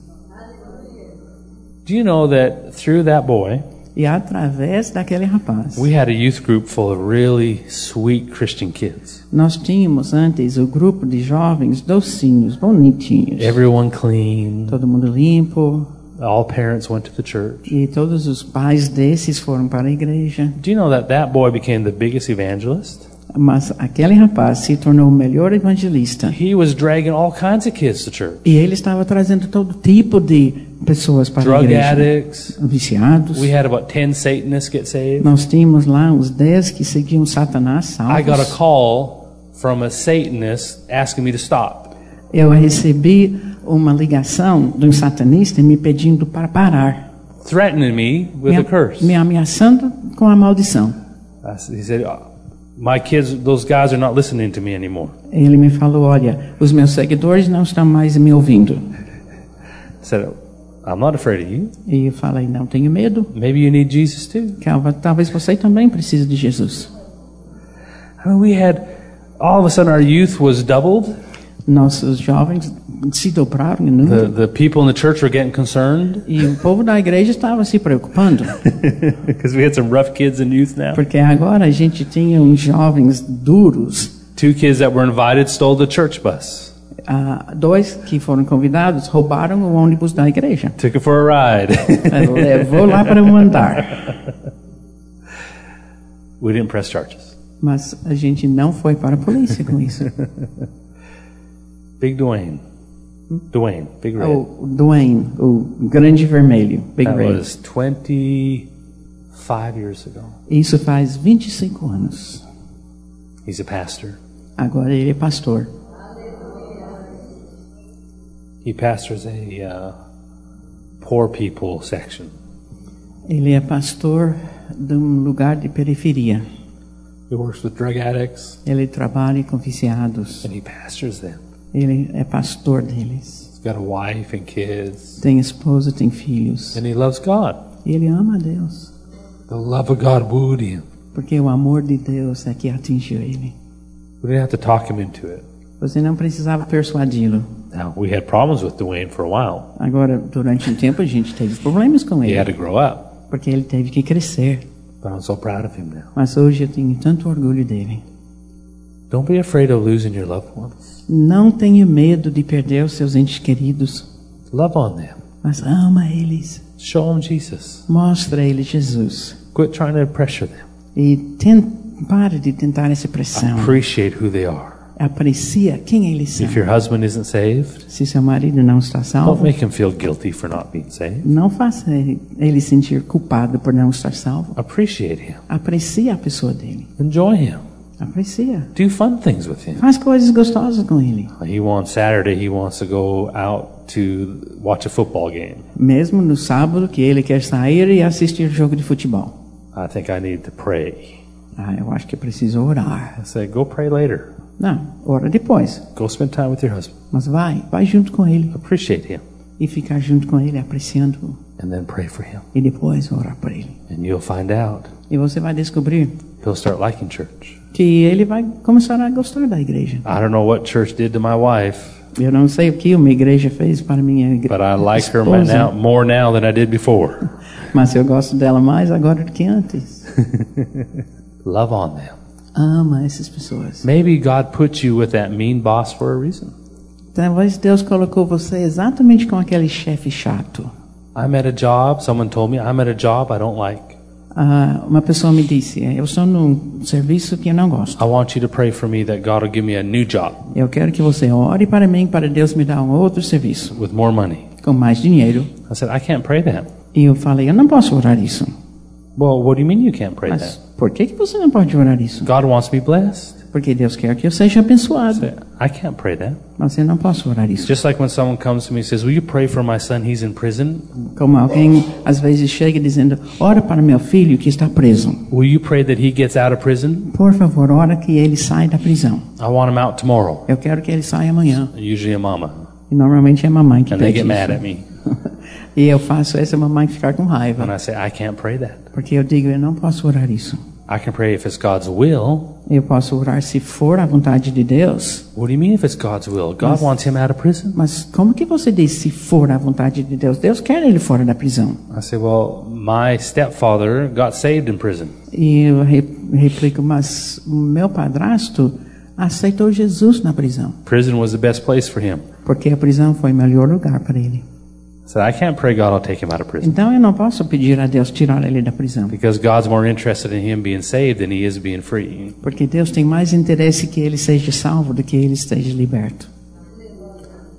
Do you know that through that boy, E através daquele rapaz, we had a youth group full of really sweet Christian kids? nós tínhamos antes o grupo de jovens docinhos, bonitinhos. Everyone clean. Todo mundo limpo All parents went to the church. e todos os pais desses foram para a igreja. Do you know that that boy became the biggest evangelist? Mas aquele rapaz se tornou o melhor evangelista. He was dragging all kinds of kids to church E ele estava trazendo todo tipo de pessoas para a drug igreja. addicts. Viciados. We had about 10 Satanists get saved. Nós tínhamos lá uns 10 que seguiam Satanás I got a salvos. call from a Satanist asking me to stop. Eu recebi uma ligação de um satanista me pedindo para parar, Threatening me with me, a curse. me ameaçando com a maldição. I s- he said, "Uh, My kids, those guys are not listening to me anymore. Ele me falou: Olha, os meus seguidores não estão mais me ouvindo. I said, I'm not afraid of you. E eu falei: Não tenho medo. Maybe you need Jesus too. Calva, é talvez você também precise de Jesus. I mean, we had all of a sudden our youth was doubled. Nossos jovens se dobraram em número The the people in the church were getting concerned <laughs> e o povo da igreja estava se preocupando, because we had some rough kids in youth now. porque agora a gente tinha uns jovens duros Two kids that were invited stole the church bus, Ah, dois que foram convidados roubaram o ônibus da igreja. took it for a ride. <laughs> Levou lá para um andar. we didn't press charges. Mas a gente não foi para a polícia com isso. Big Dwayne, Dwayne, Big Red. O Duane, o Grande Vermelho, Big that Oh, Red. was twenty five years ago. Isso faz 25 anos. He's a pastor. Agora ele é pastor. He pastors a uh, poor people section. Ele é pastor de um lugar de periferia. He works with drug addicts Ele trabalha com viciados. and he pastors them. Ele é pastor deles. He's got a wife and kids, Tem esposa, tem filhos. and he loves God. E ele ama a Deus. The love of God wooed him. Porque o amor de Deus é que atingiu ele. We didn't have to talk him into it. Você não precisava persuadi-lo. Now, we had problems with Dwayne for a while. Agora, durante um tempo, a gente teve problemas com He had ele, to grow up. porque ele teve que crescer. But I'm so proud of him now. Mas hoje eu tenho tanto orgulho dele. Don't be afraid of losing your loved ones. Não tenha medo de perder os seus entes queridos, Love on them. mas ama eles. Show them Jesus. Mostra a eles Jesus. Quit trying to pressure them. E ten- pare de tentar essa pressão. Appreciate who they are. Aprecia quem eles são. If your husband isn't saved, Se seu marido não está don't salvo, make him feel guilty for not being saved. não faça ele, ele sentir culpado por não estar salvo. Appreciate him. Aprecia a pessoa dele. Enjoy him. Aprecia. Do fun things with him. Faz coisas gostosas com ele. He on Saturday he wants to go out to watch a football game. Mesmo no sábado que ele quer sair e assistir jogo de futebol. I think I need to pray. Ah, eu acho que preciso orar. I say, go pray later. Não, ora depois. Go spend time with your husband. Mas vai, vai junto com ele. Appreciate him, E ficar junto com ele, apreciando-o. and then pray for him, E depois orar por ele. and you'll find out E você vai descobrir he'll start liking church. que ele vai começar a gostar da igreja. I don't know what church did to my wife, Eu não sei o que uma igreja fez para minha igreja. but I like her my now, more now than I did before. Mas eu gosto dela mais agora do que antes. Love on them. Ama essas pessoas. Maybe God put you with that mean boss for a reason. Talvez Deus colocou você exatamente com aquele chefe chato. I'm at a job. Someone told me I'm at a job I don't like. Ah, uma pessoa me disse: "É, Eu estou num serviço que eu não gosto. I want you to pray for me that God will give me a new job Eu quero que você ore para mim para Deus me dar um outro serviço with more money. com mais dinheiro. I said I can't pray that. E eu falei: Eu não posso orar isso. Well, what do you mean you can't pray Mas that? por que, que você não pode orar isso? God wants me blessed. Porque Deus quer que eu seja abençoado. I can't pray that. Mas eu não posso orar isso. Just like when someone comes to me and says, "Will you pray for my son? He's in prison. Como alguém às vezes chega dizendo: Ora para meu filho que está preso. Will you pray that he gets out of prison? Por favor, ora que ele saia da prisão. I want him out tomorrow." Eu quero que ele saia amanhã. Usually a mama, E normalmente é a mamãe que and they pede get isso. mad at me, E eu faço essa mamãe ficar com raiva. and I say, "I can't pray that. Porque eu digo, eu não posso orar isso. I can pray if it's God's will." Eu posso orar se for a vontade de Deus. What do you mean if it's God's will? God Yes. wants him out of prison. Mas como que você diz se for a vontade de Deus? Deus quer ele fora da prisão. I say, "Well, my stepfather got saved in prison. E eu re replico, mas o meu padrasto aceitou Jesus na prisão. Prison was the best place for him." Porque a prisão foi o melhor lugar para ele. I said, "I can't pray God will take him out of prison." Então eu não posso pedir a Deus tirar ele da prisão. Because God's more interested in him being saved than he is being free. Porque Deus tem mais interesse que ele seja salvo do que ele esteja liberto. I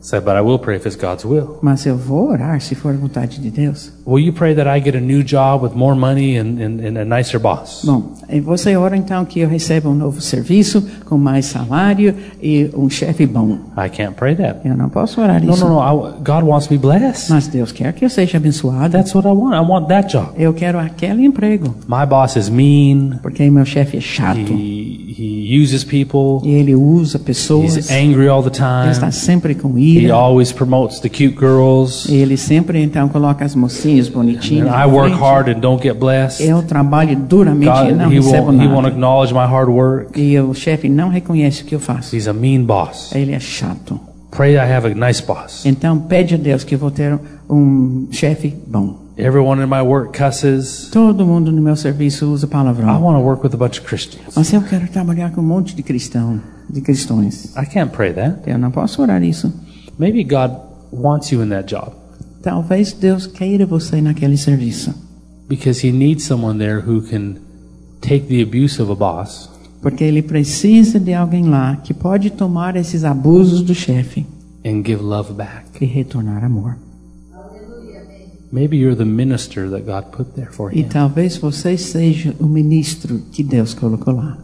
said, but I will pray if it's God's will. Mas eu vou orar se for a vontade de Deus. Will you pray that I get a new job with more money and, and, and a nicer boss? Bom, eh, você ora então que eu receba um novo serviço com mais salário e um chefe bom. I can't pray that. Eu não posso orar No, isso. no, no. I, God wants me blessed. Mas Deus quer que eu seja abençoada. That's what I want. I want that job. Eu quero aquele emprego, My boss is mean. porque meu chefe é chato He, he uses people. e ele usa pessoas. He's angry all the Ele está time. sempre com He ira. always promotes the cute girls. Ele sempre então coloca as mocinhas bonitinhas. And na I work frente. hard and don't get blessed. Eu É um trabalho duramente e não God, he recebo won't, he won't nada. acknowledge my hard work. E o chefe não reconhece o que eu faço. He's a mean boss. Ele é chato. Pray I have a nice boss. Então pede a Deus que eu vou ter um chefe bom. Everyone in my work cusses. Todo mundo no meu serviço usa I palavrão. want to work with a bunch of Christians. Mas eu quero trabalhar com um monte de cristão, de cristões. I can't pray that. Eu não posso orar isso. Maybe God wants you in that job Talvez Deus queira você naquele serviço, because He needs someone there who can take the abuse of a boss porque ele precisa de alguém lá que pode tomar esses abusos do chefe and give love back. e retornar amor. Maybe you're the minister that God put there for E Him. talvez você seja o ministro que Deus colocou lá.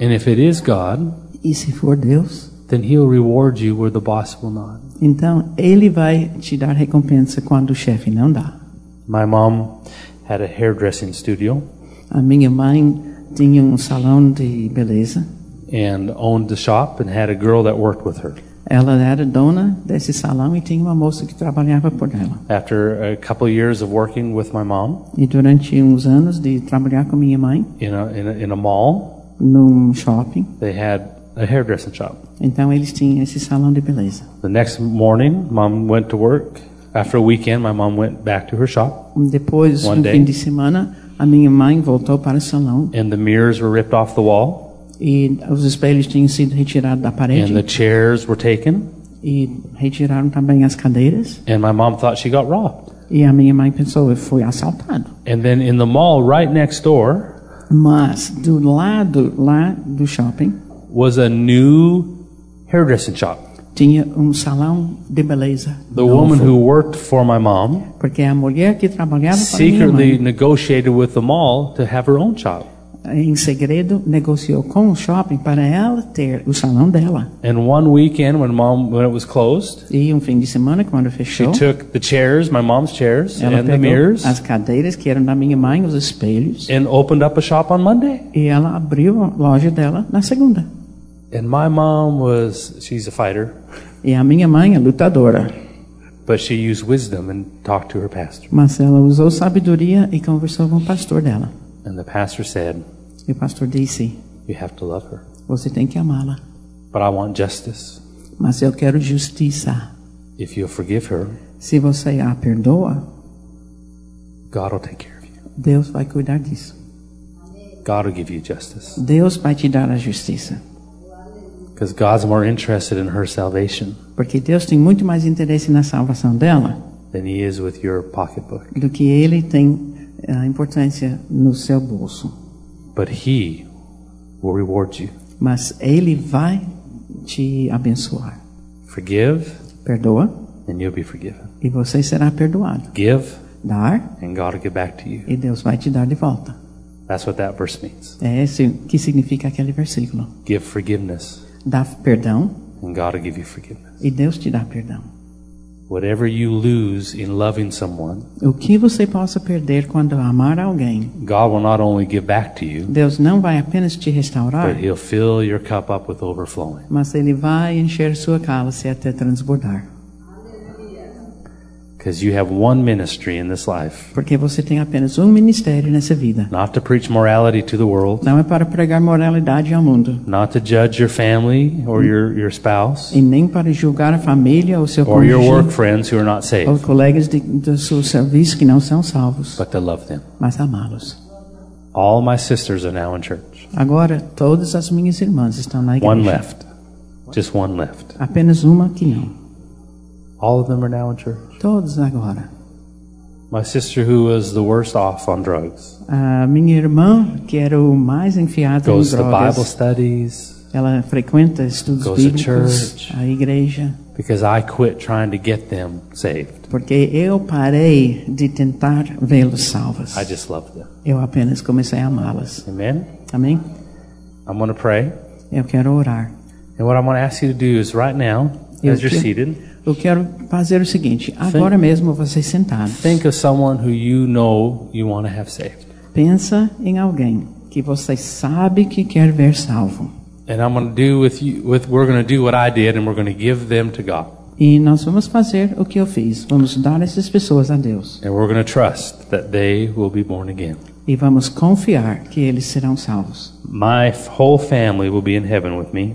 And if it is God, E se for Deus, then He'll reward you where the boss will not. então ele vai te dar recompensa quando o chefe não dá. My mom had a hairdressing studio A minha mãe tinha um salão de beleza. and owned the shop and had a girl that worked with her. Ela era dona desse salão e tinha uma moça que trabalhava por ela. After a couple of years of working with my mom E durante uns anos de trabalhar com minha mãe in a, in a, in a mall, num shopping, they had a hairdressing shop. então eles tinham esse salão de beleza. The next morning, mom went to work. After a weekend, my mom went back to her shop, Depois, One no day. fim de semana, a minha mãe voltou para o salão and the mirrors were ripped off the wall, e os espelhos tinham sido retirados da and the parede chairs were taken. e retiraram também as cadeiras. And my mom thought she got robbed. E a minha mãe pensou, eu fui assaltado. And then in the mall right next door, Mas do lado lá do shopping was a new hairdressing shop. tinha um salão de beleza. The novo, woman who worked for my mom porque a mulher que trabalhava para minha secretly mãe, negotiated with the mall to have her own shop. em segredo negociou com o shopping para ela ter o salão dela. And one weekend when mom when it was closed, E um fim de semana quando she fechou, took the chairs, my mom's chairs, ela and pegou the mirrors, as cadeiras que eram da minha mãe, os espelhos, and opened up a shop on Monday. e ela abriu a loja dela na segunda. And my mom was she's a fighter, E a minha mãe é lutadora, but she used wisdom and talked to her pastor. mas ela usou sabedoria e conversou com o pastor dela. And the pastor said, E o pastor disse: "You have to love her, Você tem que amá-la, but I want justice. mas eu quero justiça. If you'll forgive her, Se você a perdoa, God will take care of you. Deus vai cuidar disso. God will give you justice Deus vai te dar a justiça. because God's more interested in her salvation Porque Deus tem muito mais interesse na salvação dela than he is with your pocketbook. do que ele tem eh, a importância no seu bolso. But he will reward you. Mas ele vai te abençoar. Forgive, Perdoa and you'll be forgiven. e você será perdoado. Give, Dar and God will give back to you. e Deus vai te dar de volta. That's what that verse means. É esse que significa aquele versículo. Give forgiveness, Dá perdão and God will give you forgiveness. e Deus te dá perdão. Whatever you lose in loving someone, O que você possa perder quando amar alguém, God will not only give back to you, Deus não vai apenas te but restaurar, he'll fill your cup up with overflowing. mas Ele vai encher sua cálice até transbordar. Because you have one ministry in this life Porque você tem apenas um ministério nessa vida. not to preach morality to the world, Não é para pregar moralidade ao mundo, not to judge your family or your, your spouse e nem para julgar a família ou seu or your work cônjuge, friends who are not ou saved, colegas de, do seu serviço que não são salvos, but to love them. mas amá-los. All my sisters are now in church. Agora, todas as minhas irmãs estão na igreja. One left. Just one left. Apenas uma que não. All of them are now in church. Todas agora. My sister, who was the worst off on drugs, A minha irmã, que era o mais enfiado em goes to Bible drogas, studies ela frequenta estudos Goes to bíblicos, church. a igreja, because I quit trying to get them saved. porque eu parei de tentar vê-los salvos. I just love them. Eu apenas comecei a amá-las. Amen. Amém? I'm going to pray. Eu quero orar. And what I'm going to ask you to do is right now, as you're Okay. seated, Eu quero fazer o seguinte: agora mesmo vocês sentados, think of someone who you know you want to have saved. pensa em alguém que você sabe que quer ver salvo. And I'm going to do with you, with, we're going to do what I did and we're going to give them to God. E nós vamos fazer o que eu fiz. Vamos dar essas pessoas a Deus And we're going to trust that they will be born again. e vamos confiar que eles serão salvos. My f- whole family will be in heaven with me.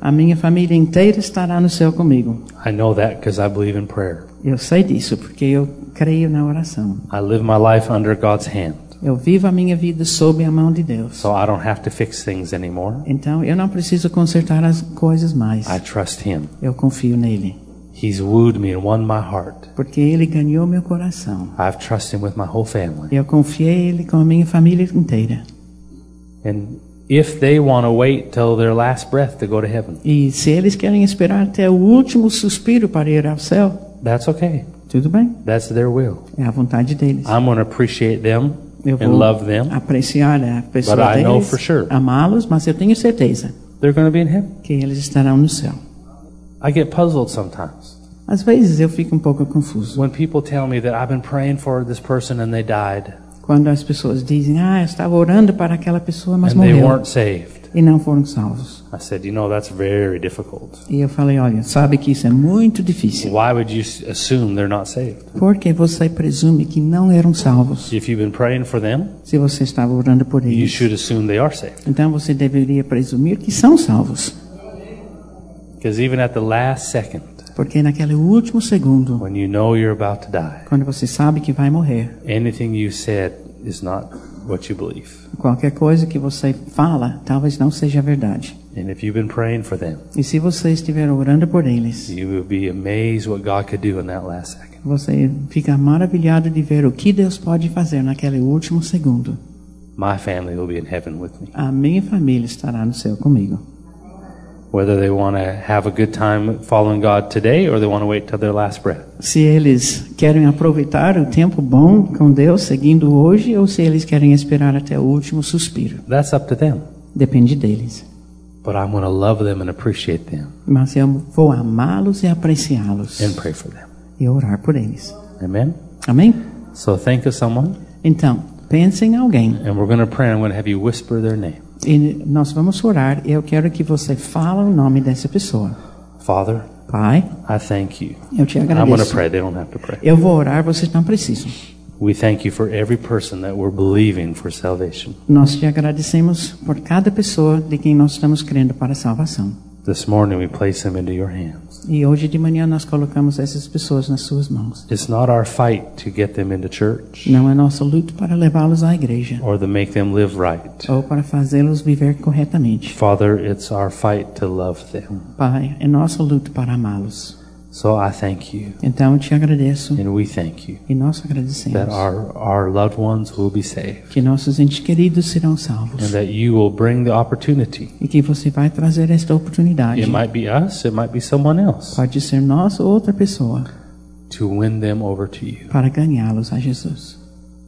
A minha família inteira estará no céu comigo. I know that because I believe in prayer. Eu sei disso porque eu creio na oração. I live my life under God's hand, Eu vivo a minha vida sob a mão de Deus. so I don't have to fix things anymore. Então eu não preciso consertar as coisas mais. I trust Him. Eu confio nele, He's wooed me and won my heart. porque ele ganhou meu coração. I've trusted Him with my whole family. Eu confiei ele com a minha família inteira. And if they want to wait till their last breath to go to heaven, E se eles querem esperar até o último suspiro para ir ao céu, that's okay. tudo bem, That's their will. é a vontade deles. I'm going to appreciate them Eu Ah, and love them. apreciar a pessoa But I know deles, for sure. amá-los, mas eu tenho certeza They're going to be in heaven. que eles estarão no céu. I get puzzled sometimes Às vezes eu fico um pouco confuso when people tell me that I've been praying for this person and they died quando as pessoas dizem: "Ah, eu estava orando para aquela pessoa, mas and they morreu weren't saved. e não foram salvos". I said, you know, that's very difficult. E eu falei: "Olha, sabe que isso é muito difícil, Why would you s- assume they're not saved? porque você presume que não eram salvos. If you've been praying for them, Se você estava orando por you eles, should assume they are saved. então você deveria presumir que são salvos, Because even at the last second, porque naquele último segundo, when you know you're about to die, quando você sabe que vai morrer, anything you said is not what you believe. qualquer coisa que você fala talvez não seja verdade. And if you've been praying for them, E se você estiver orando por eles, you will be amazed what God could do in that last second. você fica maravilhado de ver o que Deus pode fazer naquele último segundo. My family will be in heaven with me. A minha família estará no céu comigo. Whether they want to have a good time following God today or they want to wait till their last breath. Se eles querem aproveitar o tempo bom com Deus, seguindo hoje, ou se eles querem esperar até o último suspiro. That's up to them. Depende deles. But I'm going to love them and appreciate them Mas eu vou amá-los e apreciá-los and pray for them. e orar por eles. Amen? Amém? So think of someone Então, pense em alguém. and we're going to pray. I'm going to have you whisper their name. E nós vamos orar e eu quero que você fale o nome dessa pessoa. Father, Pai, I thank you. eu te I'm going to agradeço. pray. They don't have to pray. Eu vou orar, vocês não precisam. We thank you for every person that we're believing for salvation. Nós te agradecemos por cada pessoa de quem nós estamos crendo para a salvação. This morning we place them into your hands. E hoje de manhã nós colocamos essas pessoas nas suas mãos. It's not our fight to get them into church Não é nosso luto para levá-los à igreja or to make them live right. ou para fazê-los viver corretamente. Father, it's our fight to love them. Pai, é nosso luto para amá-los. So I thank you Então eu te agradeço and we thank you e nós that agradecemos our, our loved ones will be saved que nossos entes queridos serão salvos and that you will bring the opportunity. e que você vai trazer esta oportunidade. It might be us, it might be someone else Pode ser nós ou outra pessoa to win them over to you. para ganhá-los a Jesus.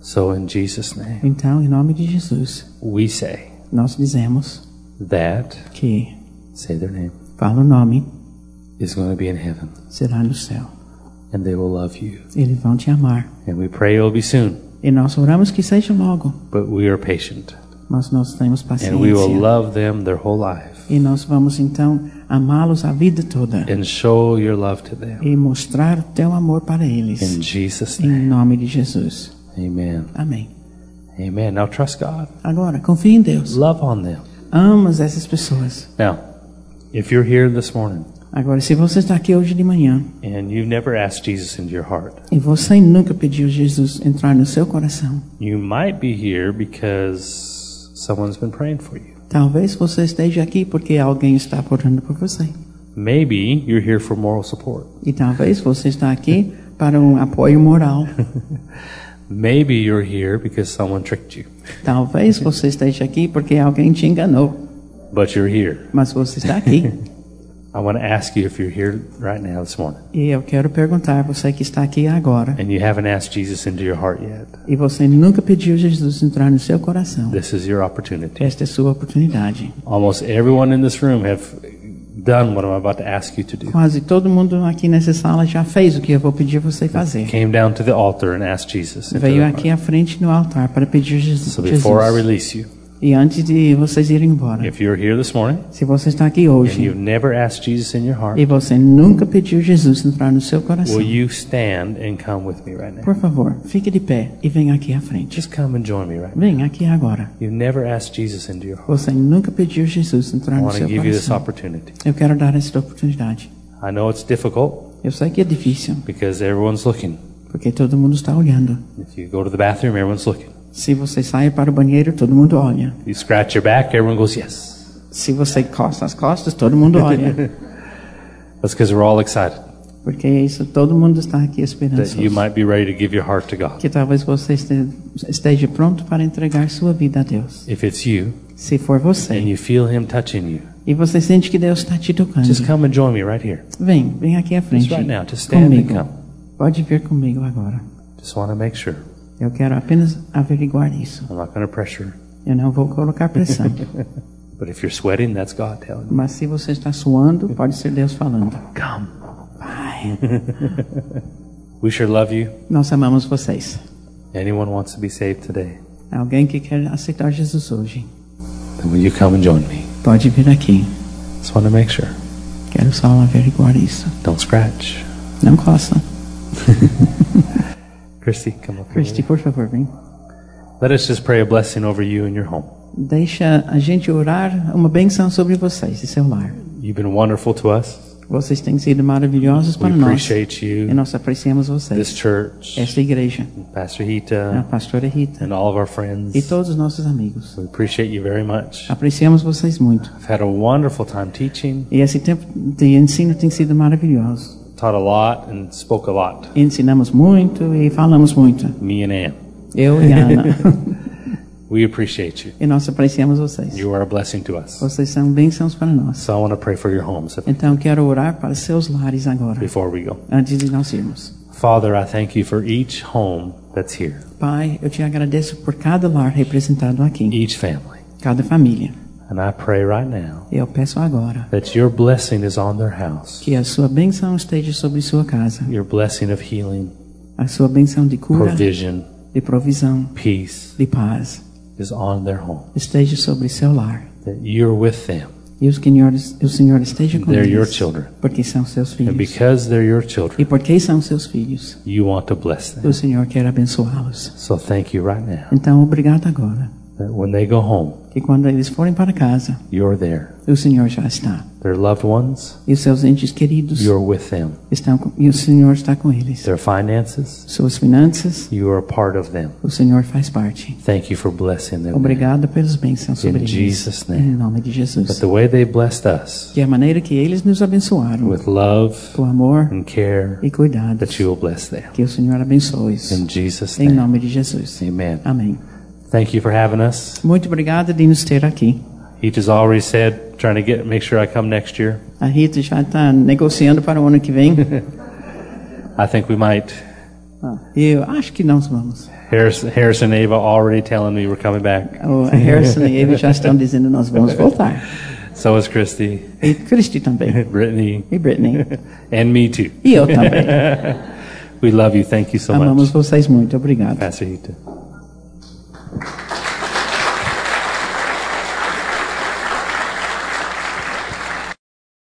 So in Jesus' name, Então, em nome de Jesus, we say nós dizemos that, que say their name, fala o nome, is going to be in heaven será no céu. and they will love you. Eles vão te amar. And we pray it'll be soon, E nós oramos que seja logo, but we are patient. mas nós temos And É, we will paciência. love them their whole life E nós vamos então amá-los a vida toda and show your love to them. e mostrar o teu amor para eles. In Jesus' Em name, nome de Jesus. amen. Amém. Amen. Now trust God. Agora, confia em Deus. Love on them. Amas essas pessoas. Now, if you're here this morning Agora, se você está aqui hoje de manhã and you've never asked Jesus into your heart, e você nunca pediu Jesus entrar no seu coração, you might be here because someone's been praying for you. Talvez você esteja aqui porque alguém está orando por você. Maybe you're here for moral support. E talvez você está aqui para um apoio <laughs> moral. Maybe you're here because someone tricked you, Talvez você esteja aqui porque alguém te enganou. but you're here. Mas você está aqui. I want to ask you if you're here right now this morning E eu quero perguntar a você que está aqui agora and you haven't asked Jesus into your heart yet. e você nunca pediu Jesus entrar no seu coração. This is your opportunity. Esta é sua oportunidade. Almost everyone in this room have done what I'm about to ask you to do. Quase todo mundo aqui nessa sala já fez o que eu vou pedir você fazer. Came down to the altar and asked Jesus. into Veio their aqui heart. à frente no altar para pedir Jesus. So before I Jesus. release you, E antes de vocês irem embora, if you're here this morning se você está aqui and hoje you've never asked Jesus in your heart, e você nunca pediu Jesus entrar no seu coração, will you stand and come with me right now? por favor, fique de pé e venha aqui à frente. Just come and join me right now. Vem aqui agora. You've never asked Jesus into your heart. Você nunca pediu Jesus entrar I no want to seu give you this coração. opportunity. Eu quero dar esta oportunidade. I know it's difficult Eu sei que é difícil, because everyone's looking. porque todo mundo está olhando. If you go to the bathroom, everyone's looking. Se você sai para o banheiro, todo mundo olha. You scratch your back, everyone goes, yes. Se você costa as costas, todo <laughs> mundo olha. That's because we're all excited Porque é isso, todo mundo está aqui that you esperançoso. might be ready to give your heart to God. Que talvez você este- esteja pronto para entregar sua vida a Deus. If it's you, Se for and você, you feel him touching you, e você sente que Deus está te tocando, just come and join me right here. vem, vem aqui à frente. Just right now. Just stand and Comigo. come. Pode vir comigo agora. Just want to make sure. Eu quero apenas averiguar isso. I'm not going to pressure. Eu não vou colocar <laughs> pressão. But if you're sweating, that's God telling Mas se você está suando, pode ser Deus falando. you. Come. Vai. We sure love you. Nós amamos vocês. Anyone wants to be saved today, Alguém que quer aceitar Jesus hoje, then will you come and join me? pode vir aqui. Just want to make sure. Quero só averiguar isso. Don't scratch. Não costa. Christy, come up here. Christy, por favor, vem. Let us just pray a blessing over you and your home. Deixa a gente orar uma benção sobre vocês e seu lar. You've been wonderful to us. Vocês têm sido maravilhosos We para nós. appreciate E you, nós apreciamos vocês. this church, Esta igreja, Pastor a Hita, pastora Rita and all of our e friends. todos os nossos amigos. We appreciate you very much. Apreciamos vocês muito. I've had a wonderful time teaching, E esse tempo de ensino tem sido maravilhoso. taught a lot, and spoke a lot. Ensinamos muito e falamos muito. <laughs> Me and Ann. Eu e a Ana. We appreciate you. E nós apreciamos vocês. You are a blessing to us. Vocês são bênçãos para nós. So I want to pray for your homes Então quero orar para seus lares agora, before we go. antes de nós irmos. Father, I thank you for each home that's here, Pai, eu te agradeço por cada lar representado aqui, each family. cada família. And I pray right now Eu peço agora that your blessing is on their house, que a sua bênção esteja sobre sua casa, your blessing of healing, a sua bênção de cura, provision, de provisão, peace de paz is on their home, esteja sobre seu lar. that you're with them, E o Senhor, o Senhor esteja com they're your eles, children. porque são seus And filhos. because they're your children, E porque são seus filhos, you want to bless o them. Senhor quer abençoá-los. So thank you right now Então, obrigado agora, that when they go home, que quando eles forem para casa, you're there. o Senhor já está. Their loved ones, E os seus entes queridos you're with them. estão com, e o Senhor está com eles. Their finances, Suas finanças, you are a part of them. o Senhor faz parte. Thank you for blessing them. Obrigado pelas bênçãos sobre In eles. Jesus' name. Em nome de But Jesus. the way they blessed us Que a maneira que eles nos abençoaram, with love com amor and care, e cuidado, that you will bless them. que o Senhor abençoe-os. In Jesus' Em name. nome de Jesus. Amen. Amém. Thank you for having us. Muito obrigada de nos ter aqui. He just already said, trying to get make sure I come next year. A Rita já está negociando para o ano que vem. I think we might. E eu acho que nós vamos. Harrison, Harrison and Ava already telling me we're coming back. O Harrison e Eve já estão dizendo nós vamos voltar. So is Christy, E Christy também. Brittany, E Brittany. and me too. <laughs> E eu também. We love you. Thank you so Amamos much, vocês muito. Obrigado. Pastor Hita.